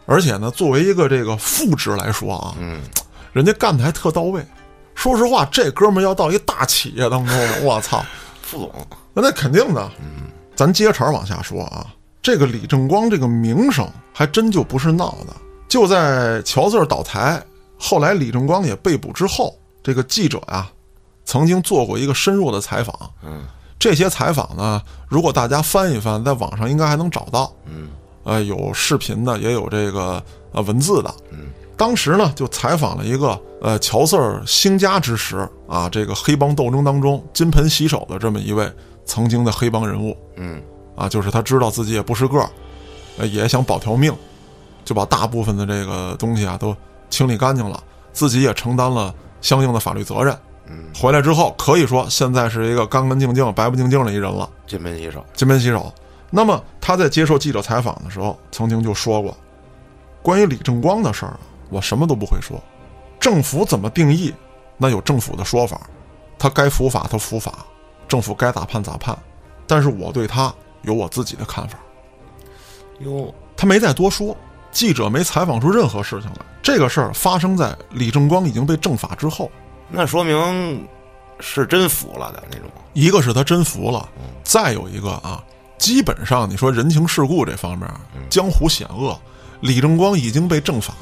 而且呢，作为一个这个副职来说啊，嗯，人家干的还特到位。说实话，这哥们儿要到一大企业当中，我操，副总，那肯定的。嗯，咱接茬儿往下说啊，这个李正光这个名声还真就不是闹的。就在乔四儿倒台，后来李正光也被捕之后，这个记者啊，曾经做过一个深入的采访。嗯这些采访呢，如果大家翻一翻，在网上应该还能找到。嗯呃，有视频的，也有这个呃文字的。嗯，当时呢，就采访了一个呃乔四儿兴家之时啊，这个黑帮斗争当中金盆洗手的这么一位曾经的黑帮人物嗯啊，就是他知道自己也不是个儿，呃也想保条命，就把大部分的这个东西啊都清理干净了，自己也承担了相应的法律责任。嗯，回来之后，可以说现在是一个干干净净、白不净净的一人了。金盆洗手。金盆洗手。那么他在接受记者采访的时候，曾经就说过，关于李正光的事儿啊，我什么都不会说。政府怎么定义，那有政府的说法，他该伏法他伏法，政府该咋判咋判。但是我对他有我自己的看法。哟，他没再多说，记者没采访出任何事情来。这个事儿发生在李正光已经被正法之后，那说明是真服了的那种。一个是他真服了，再有一个啊，基本上你说人情世故这方面，江湖险恶，李正光已经被正法，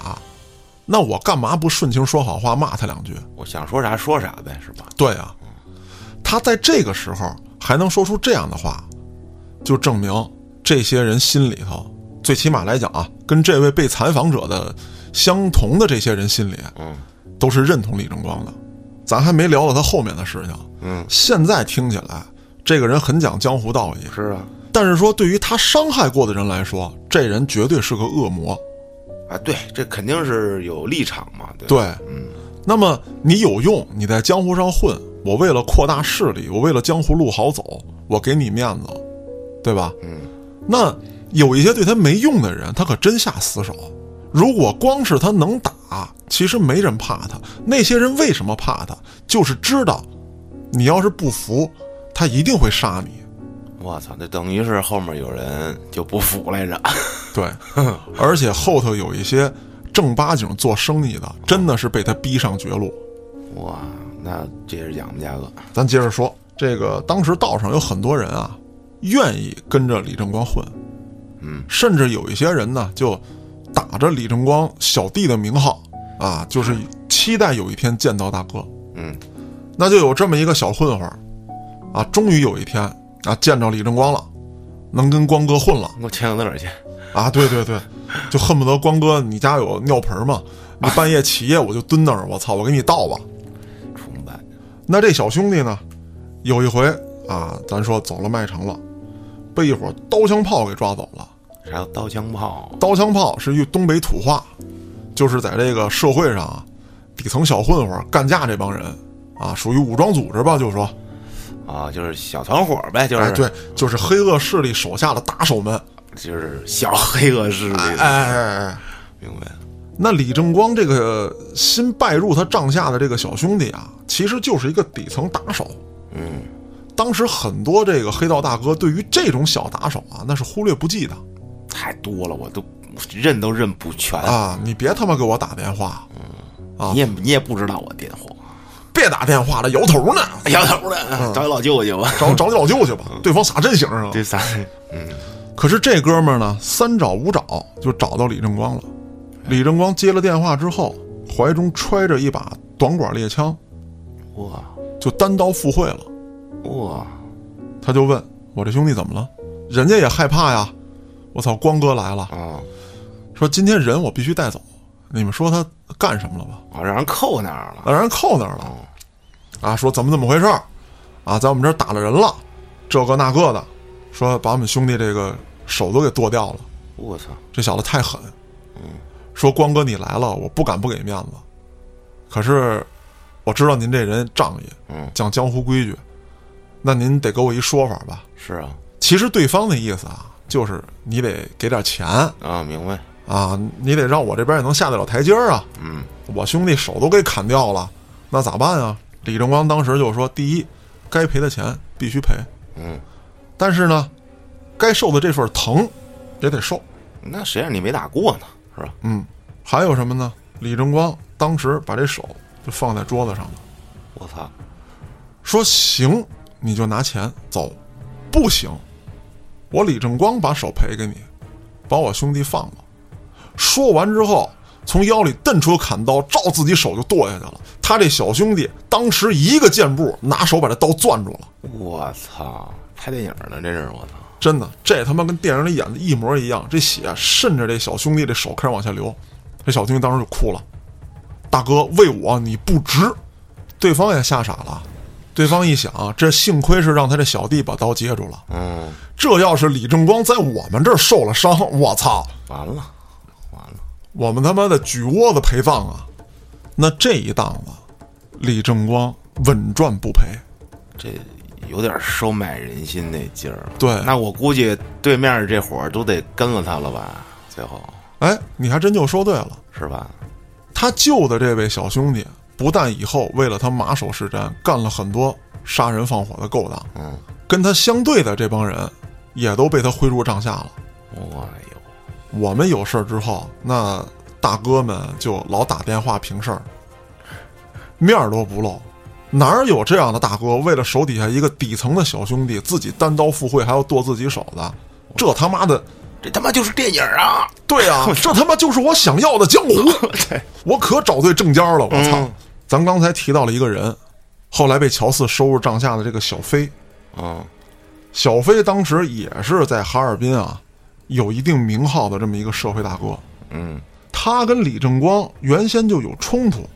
那我干嘛不顺情说好话骂他两句？我想说啥说啥呗，是吧？对啊，他在这个时候还能说出这样的话，就证明这些人心里头，最起码来讲啊，跟这位被采访者的相同的这些人心里，嗯都是认同李正光的。咱还没聊到他后面的事情，嗯，现在听起来，这个人很讲江湖道义，是啊，但是说对于他伤害过的人来说，这人绝对是个恶魔。啊，对，这肯定是有立场嘛，对吧嗯对，那么你有用，你在江湖上混，我为了扩大势力，我为了江湖路好走，我给你面子，对吧？嗯，那有一些对他没用的人，他可真下死手。如果光是他能打，其实没人怕他。那些人为什么怕他？就是知道，你要是不服，他一定会杀你。我操，那等于是后面有人就不服来着。对， 而且后头有一些正八经做生意的，真的是被他逼上绝路。哇，那这是养不家恶。咱接着说，这个当时道上有很多人啊，愿意跟着李正光混，嗯，甚至有一些人呢，就打着李正光小弟的名号啊，就是期待有一天见到大哥。嗯那就有这么一个小混混儿，啊，终于有一天啊见着李正光了，能跟光哥混了给我签个字儿去。啊！对对对，就恨不得光哥你家有尿盆儿嘛，你半夜起夜我就蹲那儿，我操，我给你倒吧。崇拜，那这小兄弟呢，有一回啊，咱说走了麦城了，被一伙刀枪炮给抓走了。还有刀枪炮，刀枪炮是用东北土话，就是在这个社会上啊，底层小混混干架这帮人啊，属于武装组织吧，就说，啊，就是小团伙呗，就是、哎，对，就是黑恶势力手下的打手们。就是小黑恶势力，哎哎哎哎，明白？那李正光这个新拜入他帐下的这个小兄弟啊，其实就是一个底层打手。嗯，当时很多这个黑道大哥对于这种小打手啊，那是忽略不计的太多了，我都认都认不全。啊！你别他妈给我打电话，啊你也你也不知道我电话，别打电话了，摇头呢，摇头的，找你老舅去吧。找找你老舅去吧，嗯 对方撒阵型上了。这仨，可是这哥们儿呢，三找五找就找到李正光了。李正光接了电话之后，怀中揣着一把短管猎枪，哇就单刀赴会了。哇，他就问我这兄弟怎么了？人家也害怕呀。我操，光哥来了，啊说今天人我必须带走。你们说他干什么了吧？啊，让人扣那儿了。让人扣那儿了，啊，说怎么怎么回事儿，啊，在我们这儿打了人了，这个那个的，说把我们兄弟这个手都给剁掉了。我操，这小子太狠。说光哥你来了，我不敢不给面子。可是我知道您这人仗义，嗯讲江湖规矩，那您得给我一说法吧。是啊，其实对方的意思啊，就是你得给点钱啊，明白。啊，你得让我这边也能下得了台阶儿啊。嗯，我兄弟手都给砍掉了，那咋办啊？李正光当时就说：第一，该赔的钱必须赔，嗯，但是呢，该受的这份疼也得受。那谁让你没打过呢？是吧？嗯，还有什么呢？李正光当时把这手就放在桌子上了，我操，说：“行，你就拿钱走；不行，我李正光把手赔给你，把我兄弟放了。”说完之后，从腰里蹬出砍刀，照自己手就剁下去了。他这小兄弟当时一个箭步，拿手把这刀攥住了。我操，拍电影呢，这是我操。真的，这他妈跟电影里演的一模一样。这血顺着这小兄弟这手开始往下流，这小兄弟当时就哭了：“大哥，为我你不值。”对方也吓傻了，对方一想，这幸亏是让他这小弟把刀接住了，嗯，这要是李正光在我们这儿受了伤，我操，完了，完了。我们他妈的举窝子陪葬啊！那这一档子，李正光稳赚不赔。这有点收买人心那劲儿。对那我估计对面这伙儿都得跟了他了吧？最后哎，你还真就说对了。是吧？他救的这位小兄弟，不但以后为了他马首是瞻，干了很多杀人放火的勾当，嗯，跟他相对的这帮人，也都被他挥入帐下了。我有我们有事儿之后，那大哥们就老打电话平事儿，面儿都不露，哪儿有这样的大哥为了手底下一个底层的小兄弟，自己单刀赴会还要剁自己手的？这他妈的！这他妈就是电影啊！对啊，这他妈就是我想要的江湖。我可找对正家了，我操！嗯咱刚才提到了一个人，后来被乔四收入帐下的这个小飞，嗯，小飞当时也是在哈尔滨啊有一定名号的这么一个社会大哥。嗯，他跟李正光原先就有冲突，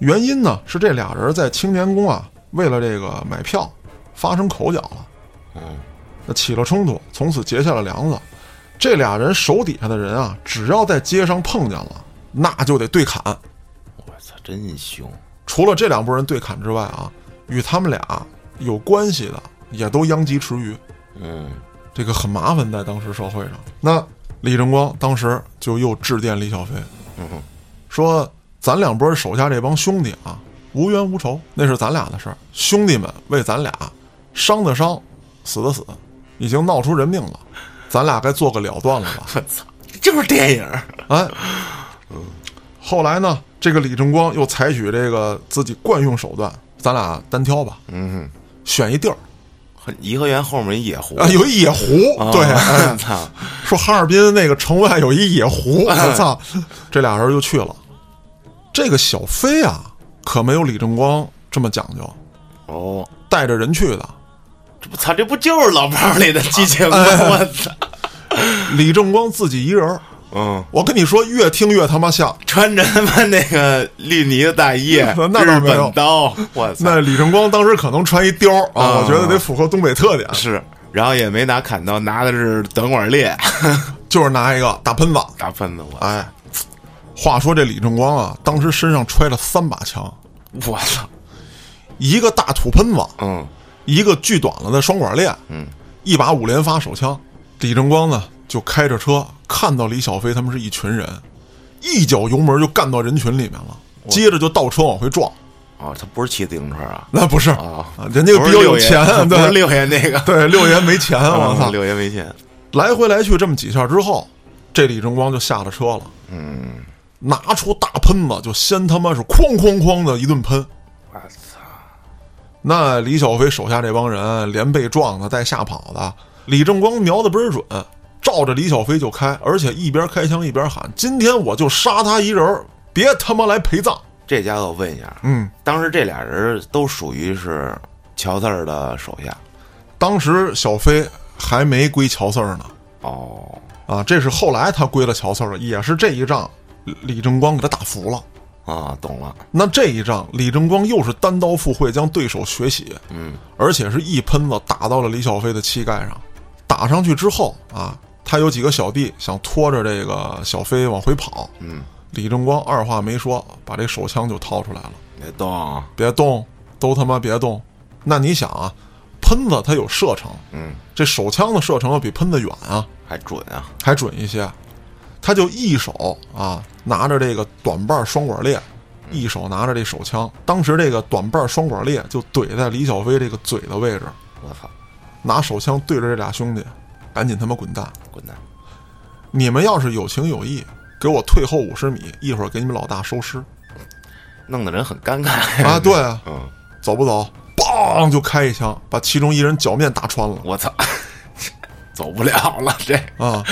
原因呢是这俩人在青年宫啊为了这个买票发生口角了，嗯，那起了冲突，从此结下了梁子。这俩人手底下的人啊，只要在街上碰见了，那就得对砍。我操，真凶！除了这两拨人对砍之外啊，与他们俩有关系的也都殃及池鱼，嗯，这个很麻烦在当时社会上。那李正光当时就又致电李小飞，嗯说咱两拨手下这帮兄弟啊，无冤无仇，那是咱俩的事儿，兄弟们为咱俩啊伤的伤，死的死，已经闹出人命了，咱俩该做个了断了吧？我 操，这就是电影。哎，后来呢，这个李正光又采取这个自己惯用手段，咱俩单挑吧，嗯，选一地儿颐和园后面一野湖啊，有一野湖，啊对，哎操，说哈尔滨那个城外有一野湖，我操，这俩人就去了。这个小飞啊，可没有李正光这么讲究，哦，带着人去的。这不操，这不就是老炮儿里的激情吗？我操，李正光自己一人儿，嗯，我跟你说，越听越他妈像。，穿着他妈那个绿呢的大衣那倒日没有本刀，我操，那李正光当时可能穿一貂儿啊，啊我觉得得符合东北特点，是，然后也没拿砍刀，拿的是短管猎， 就是拿一个大喷子。大喷子我，哎，话说这李正光啊，当时身上揣了三把枪，我操，一个大土喷子，嗯，一个锯短了的双管猎，嗯，一把五连发手枪。李正光呢，就开着车看到李小飞他们是一群人，一脚油门就干到人群里面了，接着就倒车往回撞。哦，他不是骑自行车 啊，那不是啊人家比较有钱，啊 不是对六爷啊那 个， 嗯对，六爷没钱，我操！六爷没钱，来回来去这么几下之后，这李正光就下了车了，嗯，拿出大喷子就先他妈是哐哐哐的一顿喷。我操，那李小飞手下这帮人连被撞的带吓跑的，李正光瞄的倍儿准，照着李小飞就开，而且一边开枪一边喊：“今天我就杀他一人儿，别他妈来陪葬。这家伙我问一下”，嗯，当时这俩人都属于是乔四儿的手下，当时小飞还没归乔四儿呢，哦，啊，这是后来他归了乔四儿了，也是这一仗，李李正光给他打服了。啊，懂了，那这一仗，李正光又是单刀赴会，将对手血洗，嗯，而且是一喷子打到了李小飞的膝盖上。打上去之后啊，他有几个小弟想拖着这个小飞往回跑，嗯，李正光二话没说，把这手枪就掏出来了，别动啊，别动，都他妈别动。那你想啊，喷子它有射程，嗯，这手枪的射程要比喷子远啊，还准啊，还准一些。他就一手啊拿着这个短把双管猎，一手拿着这手枪。当时这个短把双管猎就怼在李小飞这个嘴的位置，我操，拿手枪对着这俩兄弟，赶紧他妈滚蛋！滚蛋，你们要是有情有义，给我退后五十米，一会儿给你们老大收尸弄得人很 尴尬啊！，对啊，嗯，走不走？梆就开一枪，把其中一人脚面打穿了我操，走不了了，这啊！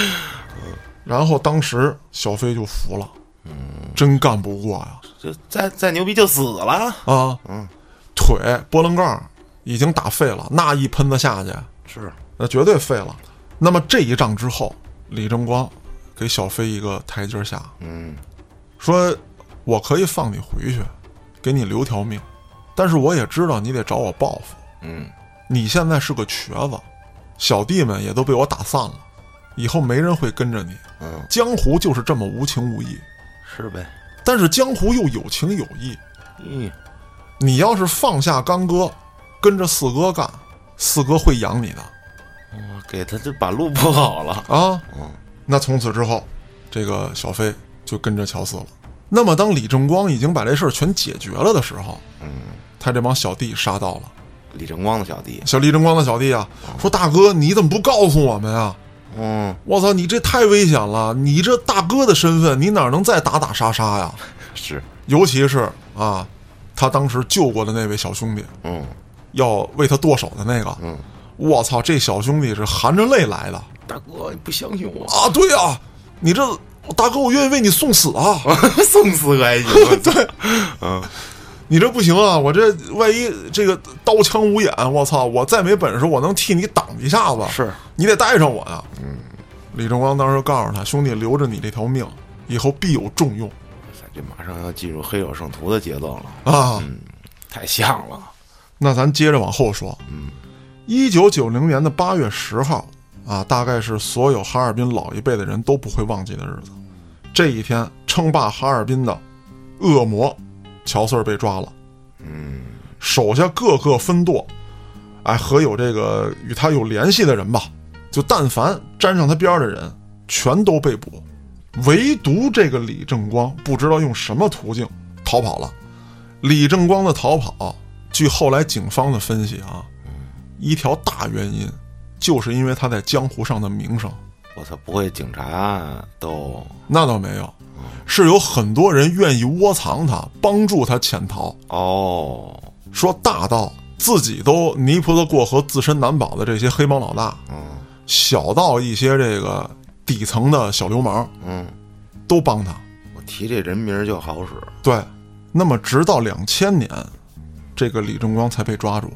然后当时小飞就服了，真干不过呀、这再再牛逼就死了，啊，嗯，腿波棱杠已经打废了，那一喷子下去，是，那绝对废了。那么这一仗之后，李正光给小飞一个台阶下，嗯，说我可以放你回去，给你留条命，但是我也知道你得找我报复。嗯，你现在是个瘸子，小弟们也都被我打散了，以后没人会跟着你。嗯，江湖就是这么无情无义，是呗，但是江湖又有情有义。嗯，你要是放下干哥，跟着四哥干，四哥会养你的我给他这把路铺好了， 啊。嗯，那从此之后，这个小飞就跟着乔四了。那么，当李正光已经把这事儿全解决了的时候，嗯，他这帮小弟杀到了。李正光的小弟，小李正光的小弟啊，说：“大哥，你怎么不告诉我们啊？嗯，我操，你这太危险了！你这大哥的身份，你哪能再打打杀杀呀？是，尤其是啊，他当时救过的那位小兄弟，嗯，要为他剁手的那个，嗯，我操，这小兄弟是含着泪来的大哥，你不相信我，啊！对啊，你这大哥，我愿意为你送死啊！ 送死可还行， 对，嗯，你这不行啊，我这万一这个刀枪无眼，我操，我再没本事，我能替你挡一下子，是你得带上我呀、嗯，李正光当时告诉他，兄弟，留着你这条命，以后必有重用哎这马上要进入黑手圣徒的节奏了，啊！太像了，那咱接着往后说。嗯，一九九零年的八月十号啊，大概是所有哈尔滨老一辈的人都不会忘记的日子。这一天，称霸哈尔滨的恶魔乔四儿被抓了。嗯，手下各个分舵，哎，和有这个与他有联系的人吧，就但凡沾上他边儿的人，全都被捕，唯独这个李正光不知道用什么途径逃跑了。李正光的逃跑，据后来警方的分析啊，一条大原因就是因为他在江湖上的名声。我操，不会警察都那倒没有，是有很多人愿意窝藏他，帮助他潜逃。哦，说大到自己都泥菩萨过河，自身难保的这些黑帮老大，嗯小到一些这个底层的小流氓，嗯，都帮他。我提这人名儿就好使，对，那么直到两千年，这个李正光才被抓住。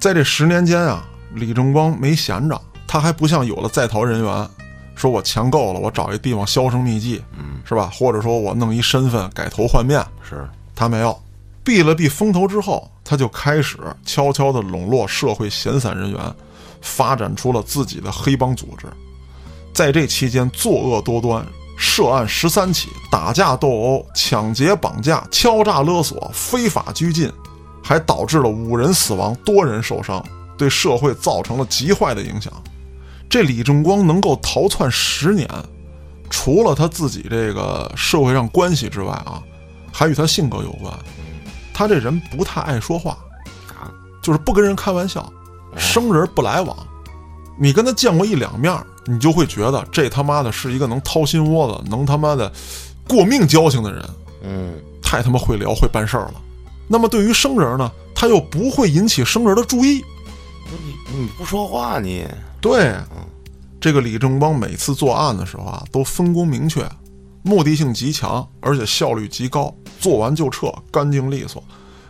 在这十年间啊，李正光没闲着，他还不像有的在逃人员，说我钱够了，我找一地方销声匿迹，嗯，是吧？或者说我弄一身份改头换面，是，他没有。避了避风头之后，他就开始悄悄地笼络社会闲散人员，发展出了自己的黑帮组织。在这期间，作恶多端，涉案十三起，打架斗殴、抢劫、绑架、敲诈勒索、非法拘禁，还导致了五人死亡、多人受伤，对社会造成了极坏的影响。这李正光能够逃窜十年，除了他自己这个社会上关系之外啊，还与他性格有关。他这人不太爱说话，啊，就是不跟人开玩笑，生人不来往。你跟他见过一两面儿，你就会觉得这他妈的是一个能掏心窝子、能他妈的过命交情的人，嗯，太他妈会聊、会办事儿了。那么对于生人呢，他又不会引起生人的注意。不你你不说话你，对，嗯这个李正邦每次作案的时候啊，都分工明确，目的性极强，而且效率极高，做完就撤，干净利索，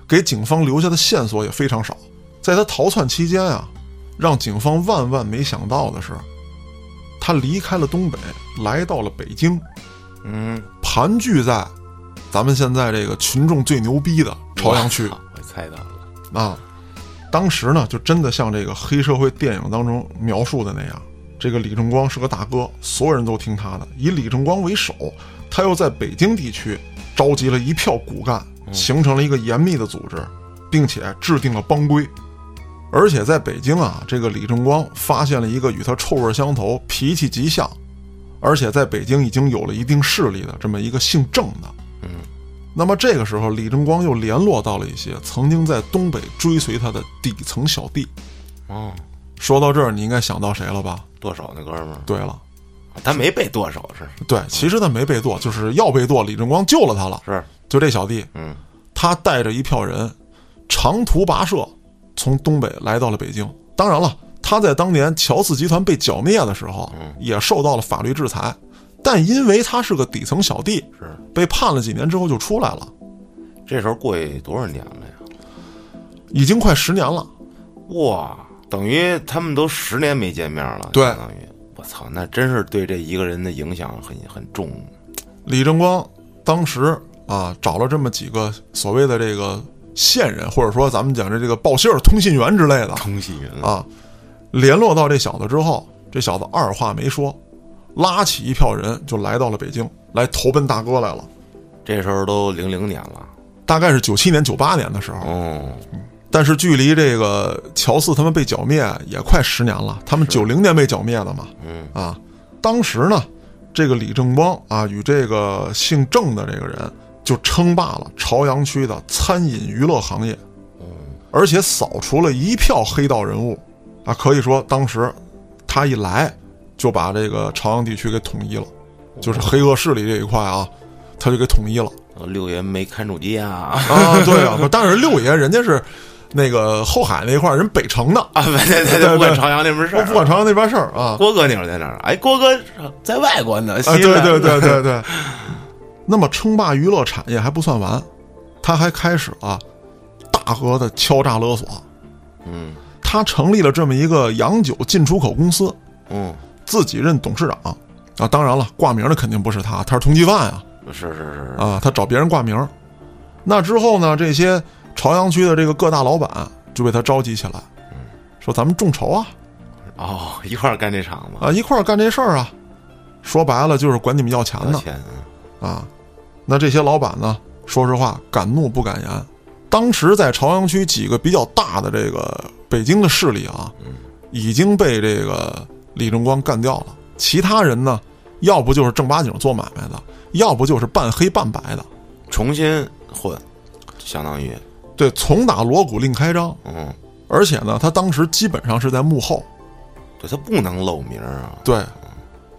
给警方留下的线索也非常少。在他逃窜期间啊，让警方万万没想到的是，他离开了东北，来到了北京，嗯，盘踞在咱们现在这个群众最牛逼的朝阳区我操，我猜到了，啊。当时呢，就真的像这个黑社会电影当中描述的那样，这个李正光是个大哥，所有人都听他的。以李正光为首，他又在北京地区召集了一票骨干，形成了一个严密的组织，并且制定了帮规。而且在北京啊，这个李正光发现了一个与他臭味相投、脾气极像，而且在北京已经有了一定势力的这么一个姓郑的。那么这个时候，李正光又联络到了一些曾经在东北追随他的底层小弟。哦，说到这儿，你应该想到谁了吧？剁手那哥们儿，对了，他没被剁手是对，其实他没被剁，就是要被剁，李正光救了他了。是，就这小弟，嗯，他带着一票人，长途跋涉，从东北来到了北京。当然了，他在当年乔氏集团被剿灭的时候，也受到了法律制裁，但因为他是个底层小弟，是，被判了几年之后就出来了，这时候过去多少年了呀？已经快十年了。哇，等于他们都十年没见面了，对相当于我操，那真是对这一个人的影响很很 重。李正光当时啊找了这么几个所谓的这个线人，或者说咱们讲的这个报信儿、通信员之类的通信人了，啊，联络到这小子之后，这小子二话没说，拉起一票人就来到了北京，来投奔大哥来了。这时候都零零年了，大概是九七年、九八年的时候，哦，但是距离这个乔四他们被剿灭也快十年了，他们九零年被剿灭的嘛，嗯啊，当时呢，这个李正光啊与这个姓郑的这个人就称霸了朝阳区的餐饮娱乐行业，而且扫除了一票黑道人物，啊，可以说当时他一来就把这个朝阳地区给统一了，就是黑恶势力这一块啊，他就给统一了。哦六爷没看住家啊， 啊，对啊，不但是六爷人家是那个后海那一块儿人北城的，啊，对对对对不管朝阳那门事我儿， 不管朝阳那边事儿啊。郭哥那会儿在哪儿？哎，郭哥在外国呢，啊，西对南对对对对。那么称霸娱乐产业还不算完，他还开始了大额的敲诈勒索。嗯他成立了这么一个洋酒进出口公司，嗯，自己任董事长啊。当然了，挂名的肯定不是他，他是通缉犯啊。嗯是是是，啊，他找别人挂名儿。那之后呢，这些朝阳区的这个各大老板就被他召集起来，说咱们众筹啊，哦，一块儿干这场子，啊，一块儿干这事儿啊。说白了就是管你们要钱多呢少钱？啊。那这些老板呢，说实话敢怒不敢言。当时在朝阳区几个比较大的这个北京的势力啊，已经被这个李正光干掉了。其他人呢，要不就是正八经做买卖的，要不就是半黑半白的。重新混，相当于，对，从打锣鼓另开张。嗯，而且呢，他当时基本上是在幕后。对他不能露名儿啊，对，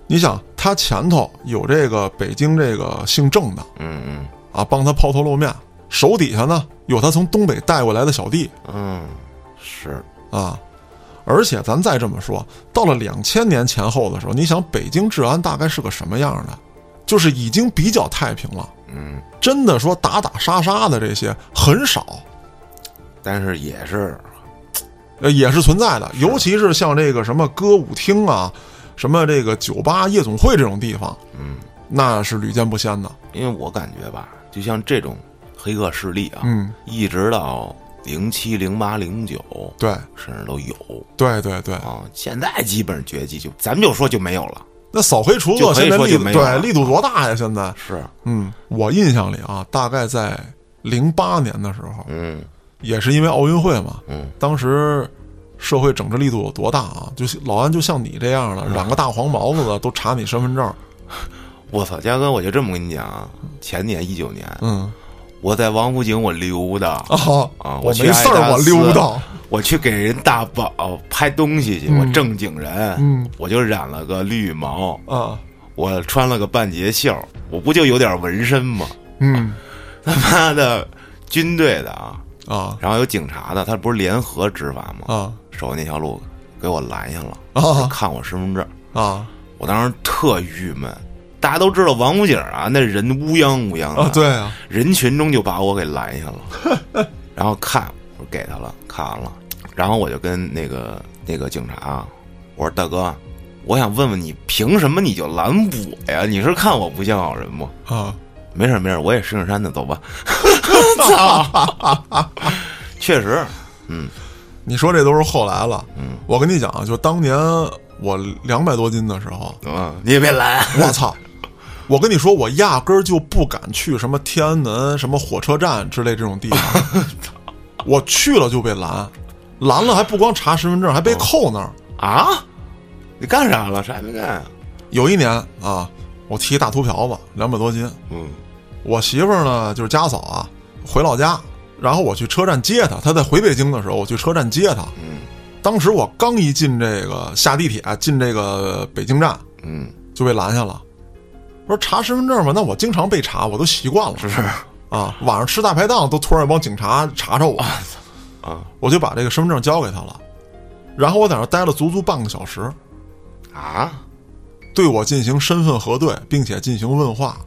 你想，他前头有这个北京这个姓郑的嗯啊，帮他抛头露面；手底下呢有他从东北带过来的小弟嗯嗯，是，啊。而且咱再这么说，到了两千年前后的时候，你想北京治安大概是个什么样的？就是已经比较太平了，嗯真的说打打杀杀的这些很少，但是也是呃，也是存在的。啊尤其是像这个什么歌舞厅啊，什么这个酒吧、夜总会这种地方，嗯，那是屡见不鲜的。因为我感觉吧，就像这种黑恶势力啊，嗯，一直到零七、零八、零九，对，甚至都有对，对，对。啊。现在基本绝迹，就咱们就说就没有了。那扫黑除就恶可以现在说力就度没有了对力度多大呀？现在，是，嗯，我印象里啊，大概在零八年的时候，嗯也是因为奥运会嘛，嗯，当时社会整治力度有多大啊？就是老安就像你这样的，染个大黄毛子的都查你身份证， 我操，嘉哥，我就这么跟你讲啊，前年一九年，嗯，我在王府井我溜达，啊啊我我去没事爱达儿，我斯溜达，我去给人大宝拍东西去，我正经人，嗯我就染了个绿毛，啊，我穿了个半截袖，我不就有点纹身吗？嗯他妈的，军队的啊，啊然后有警察的，他不是联合执法吗？啊守那条路给我拦下了，啊看我身份证，啊我当时特郁闷。大家都知道王府井啊，那人乌泱乌泱的，啊，对啊，人群中就把我给拦下了，然后看我给他了，看完了，然后我就跟那个那个警察我说大哥，我想问问你，凭什么你就拦我呀？你是看我不像好人吗？啊没事儿没事儿，我也石景山的，走吧。 操， 确实，嗯你说这都是后来了，嗯我跟你讲啊，就当年我两百多斤的时候，嗯，你也别拦，我操！我跟你说，我压根儿就不敢去什么天安门、什么火车站之类这种地方。我去了就被拦，拦了还不光查身份证，还被扣那儿。啊，你干啥了？啥也没干啊。有一年啊，我提一大秃瓢子，两百多斤。嗯我媳妇儿呢，就是家嫂啊，回老家，然后我去车站接她。她在回北京的时候，我去车站接她。嗯当时我刚一进这个下地铁，进这个北京站嗯，就被拦下了。我说查身份证嘛，那我经常被查，我都习惯了。是是啊，晚上吃大排档都突然一帮警察查查我，啊我就把这个身份证交给他了，然后我在那儿待了足足半个小时，啊，对我进行身份核对，并且进行问话，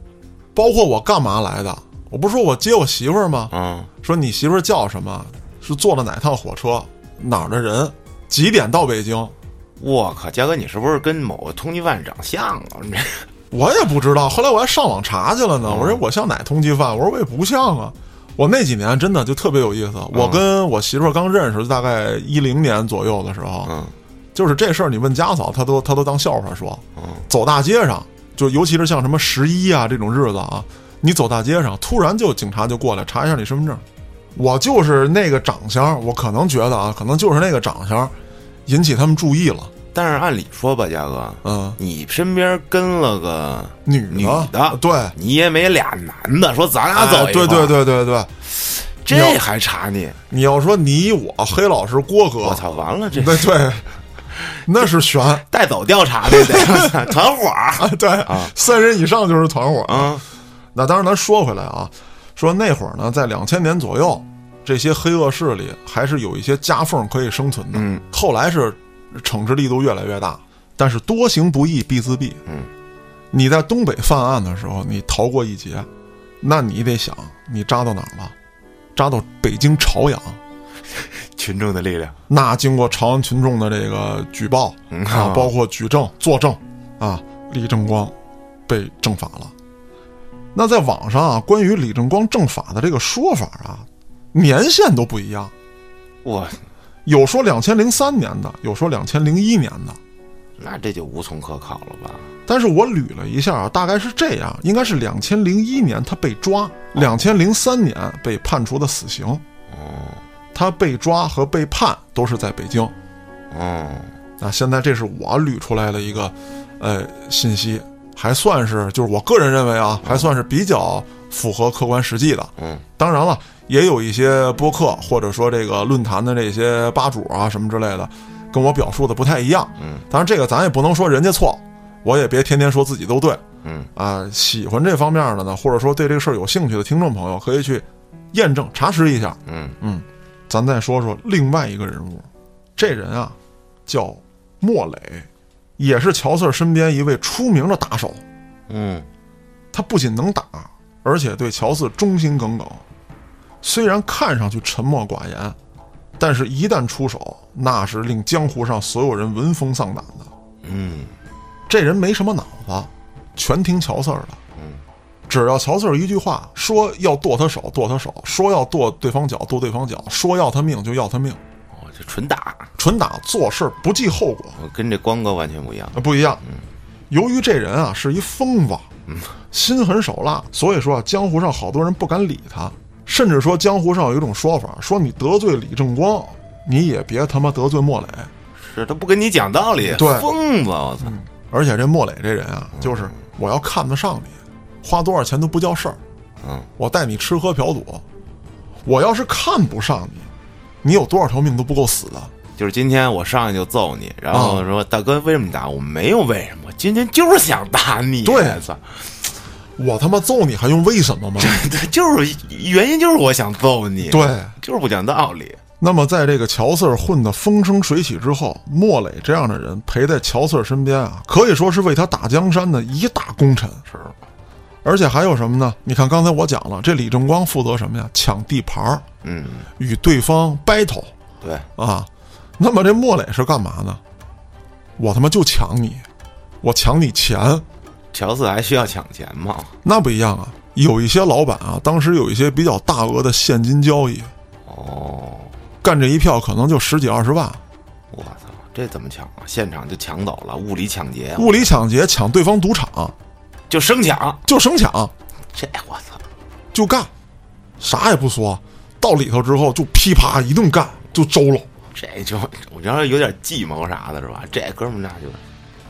包括我干嘛来的。我不是说我接我媳妇儿吗？嗯说你媳妇儿叫什么？是坐了哪趟火车？哪儿的人？几点到北京？我靠，嘉哥，你是不是跟某个通缉犯长像啊？ 你这我也不知道。后来我还上网查去了呢。我说我像哪通缉犯？我说我也不像啊。我那几年真的就特别有意思。我跟我媳妇儿刚认识，大概一零年左右的时候，嗯就是这事儿，你问家嫂，她都她都当笑话说。嗯走大街上，就尤其是像什么十一啊这种日子啊，你走大街上，突然就警察就过来查一下你身份证。我就是那个长相，我可能觉得啊，可能就是那个长相，引起他们注意了。但是按理说吧，嘉哥，嗯，你身边跟了个女的，女的，对，你也没俩男的，说咱俩走哎一块对儿、对对对对。这还查你？你要说你我黑老师郭哥，我操，完了这对对，那是 悬啊！带走调查这得我操 团伙儿对，三人以上就是团伙。啊，那当然，咱说回来啊，说那会儿呢，在两千年左右，这些黑恶势力还是有一些夹缝可以生存的。嗯，后来是惩治力度越来越大，但是多行不义必自毙。嗯，你在东北犯案的时候，你逃过一劫，那你得想你扎到哪儿了？扎到北京朝阳。群众的力量，那经过朝阳群众的这个举报嗯啊，包括举证、作证啊，李正光被正法了。那在网上啊，关于李正光正法的这个说法啊，年限都不一样，我有说两千零三年的，有说两千零一年的。那这就无从可考了吧？但是我捋了一下啊，大概是这样，应该是两千零一年他被抓，两千零三年被判处的死刑。哦，他被抓和被判都是在北京。嗯啊，现在这是我捋出来的一个呃信息，还算是就是我个人认为啊，还算是比较符合客观实际的。嗯，当然了，也有一些播客或者说这个论坛的这些吧主啊什么之类的，跟我表述的不太一样。嗯，当然这个咱也不能说人家错，我也别天天说自己都对。嗯啊，喜欢这方面的呢，或者说对这个事儿有兴趣的听众朋友，可以去验证查实一下。嗯咱再说说另外一个人物，这人啊叫莫磊，也是乔四身边一位出名的打手。嗯他不仅能打，而且对乔四忠心耿耿。虽然看上去沉默寡言，但是一旦出手，那是令江湖上所有人闻风丧胆的。嗯，这人没什么脑子，全听乔四儿的。嗯，只要乔四儿一句话，说要剁他手，剁他手；说要剁对方脚，剁对方脚；说要他命就要他命，我哦这纯打，纯打做事儿不计后果，我跟这光哥完全不一样。呃不一样。由于这人啊是一疯子，心狠手辣，所以说啊，江湖上好多人不敢理他，甚至说江湖上有一种说法，说你得罪李正光，你也别他妈得罪莫磊。是他不跟你讲道理，对嗯疯子，我操！而且这莫磊这人啊，就是我要看得上你，花多少钱都不叫事儿。嗯，我带你吃喝嫖赌，我要是看不上你，你有多少条命都不够死的。就是今天我上去就揍你，然后啊说大哥为什么你打我？没有为什么，我今天就是想打你。对操， 我他妈揍你还用为什么吗？对，就是原因就是我想揍你，，对。就是不讲道理。那么，在这个乔四儿混得风生水起之后，莫磊这样的人陪在乔四儿身边啊，可以说是为他打江山的一大功臣。是，而且还有什么呢？你看刚才我讲了，这李正光负责什么呀？抢地盘儿，嗯，与对方 battle 对，啊。那么这莫磊是干嘛呢？我他妈就抢你，我抢你钱，乔四还需要抢钱吗？那不一样啊。有一些老板啊，当时有一些比较大额的现金交易，哦，干这一票可能就十几二十万，我操，这怎么抢啊？现场就抢走了，物理抢劫啊，物理抢劫抢对方赌场，就生抢，就生抢，这我操，就干，啥也不说，到里头之后就噼啪一顿干，就周了。这就我觉得有点计谋啥的是吧？这哥们儿那就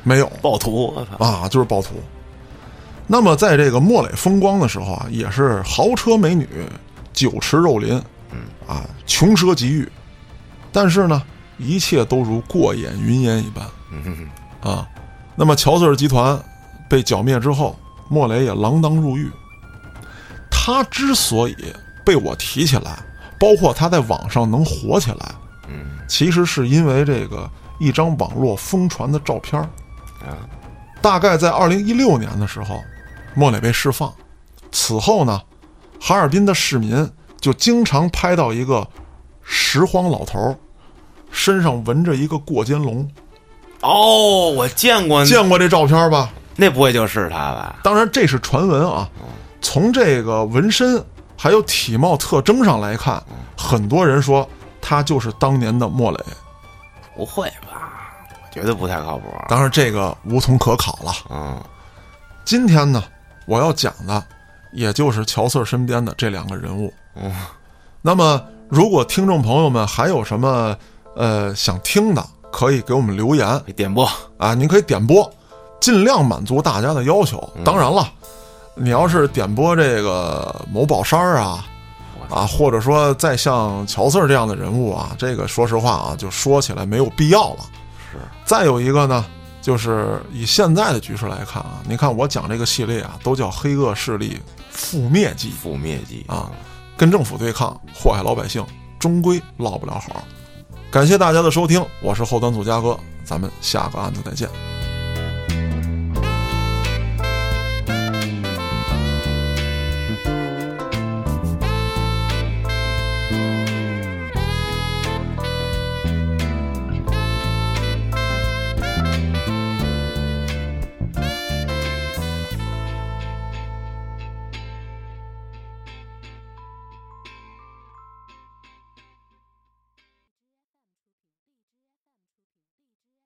没有暴徒，我操，啊，就是暴徒。那么在这个莫磊风光的时候啊，也是豪车美女，酒池肉林，嗯啊，穷奢极欲。但是呢，一切都如过眼云烟一般嗯，啊。那么乔瑟尔集团被剿灭之后，莫雷也锒铛入狱。他之所以被我提起来，包括他在网上能火起来，嗯，其实是因为这个一张网络疯传的照片儿啊，大概在二零一六年的时候，莫磊被释放。此后呢，哈尔滨的市民就经常拍到一个拾荒老头儿，身上纹着一个过肩龙。哦，我见过，见过这照片吧？那不会就是他吧？当然这是传闻啊。从这个纹身还有体貌特征上来看，很多人说他就是当年的莫磊。不会吧？我觉得不太靠谱。当然这个无从可考了。嗯，今天呢，我要讲的也就是乔四身边的这两个人物。嗯，那么如果听众朋友们还有什么呃想听的，可以给我们留言给点播，啊，您可以点播，尽量满足大家的要求。当然了，你要是点播这个某宝山儿啊。啊，或者说再像乔四这样的人物啊，这个说实话啊，就说起来没有必要了。是，再有一个呢，就是以现在的局势来看啊，你看我讲这个系列啊，都叫黑恶势力覆灭计，覆灭机啊，跟政府对抗，祸害老百姓，终归落不了好。感谢大家的收听，我是后端组嘉哥，咱们下个案子再见。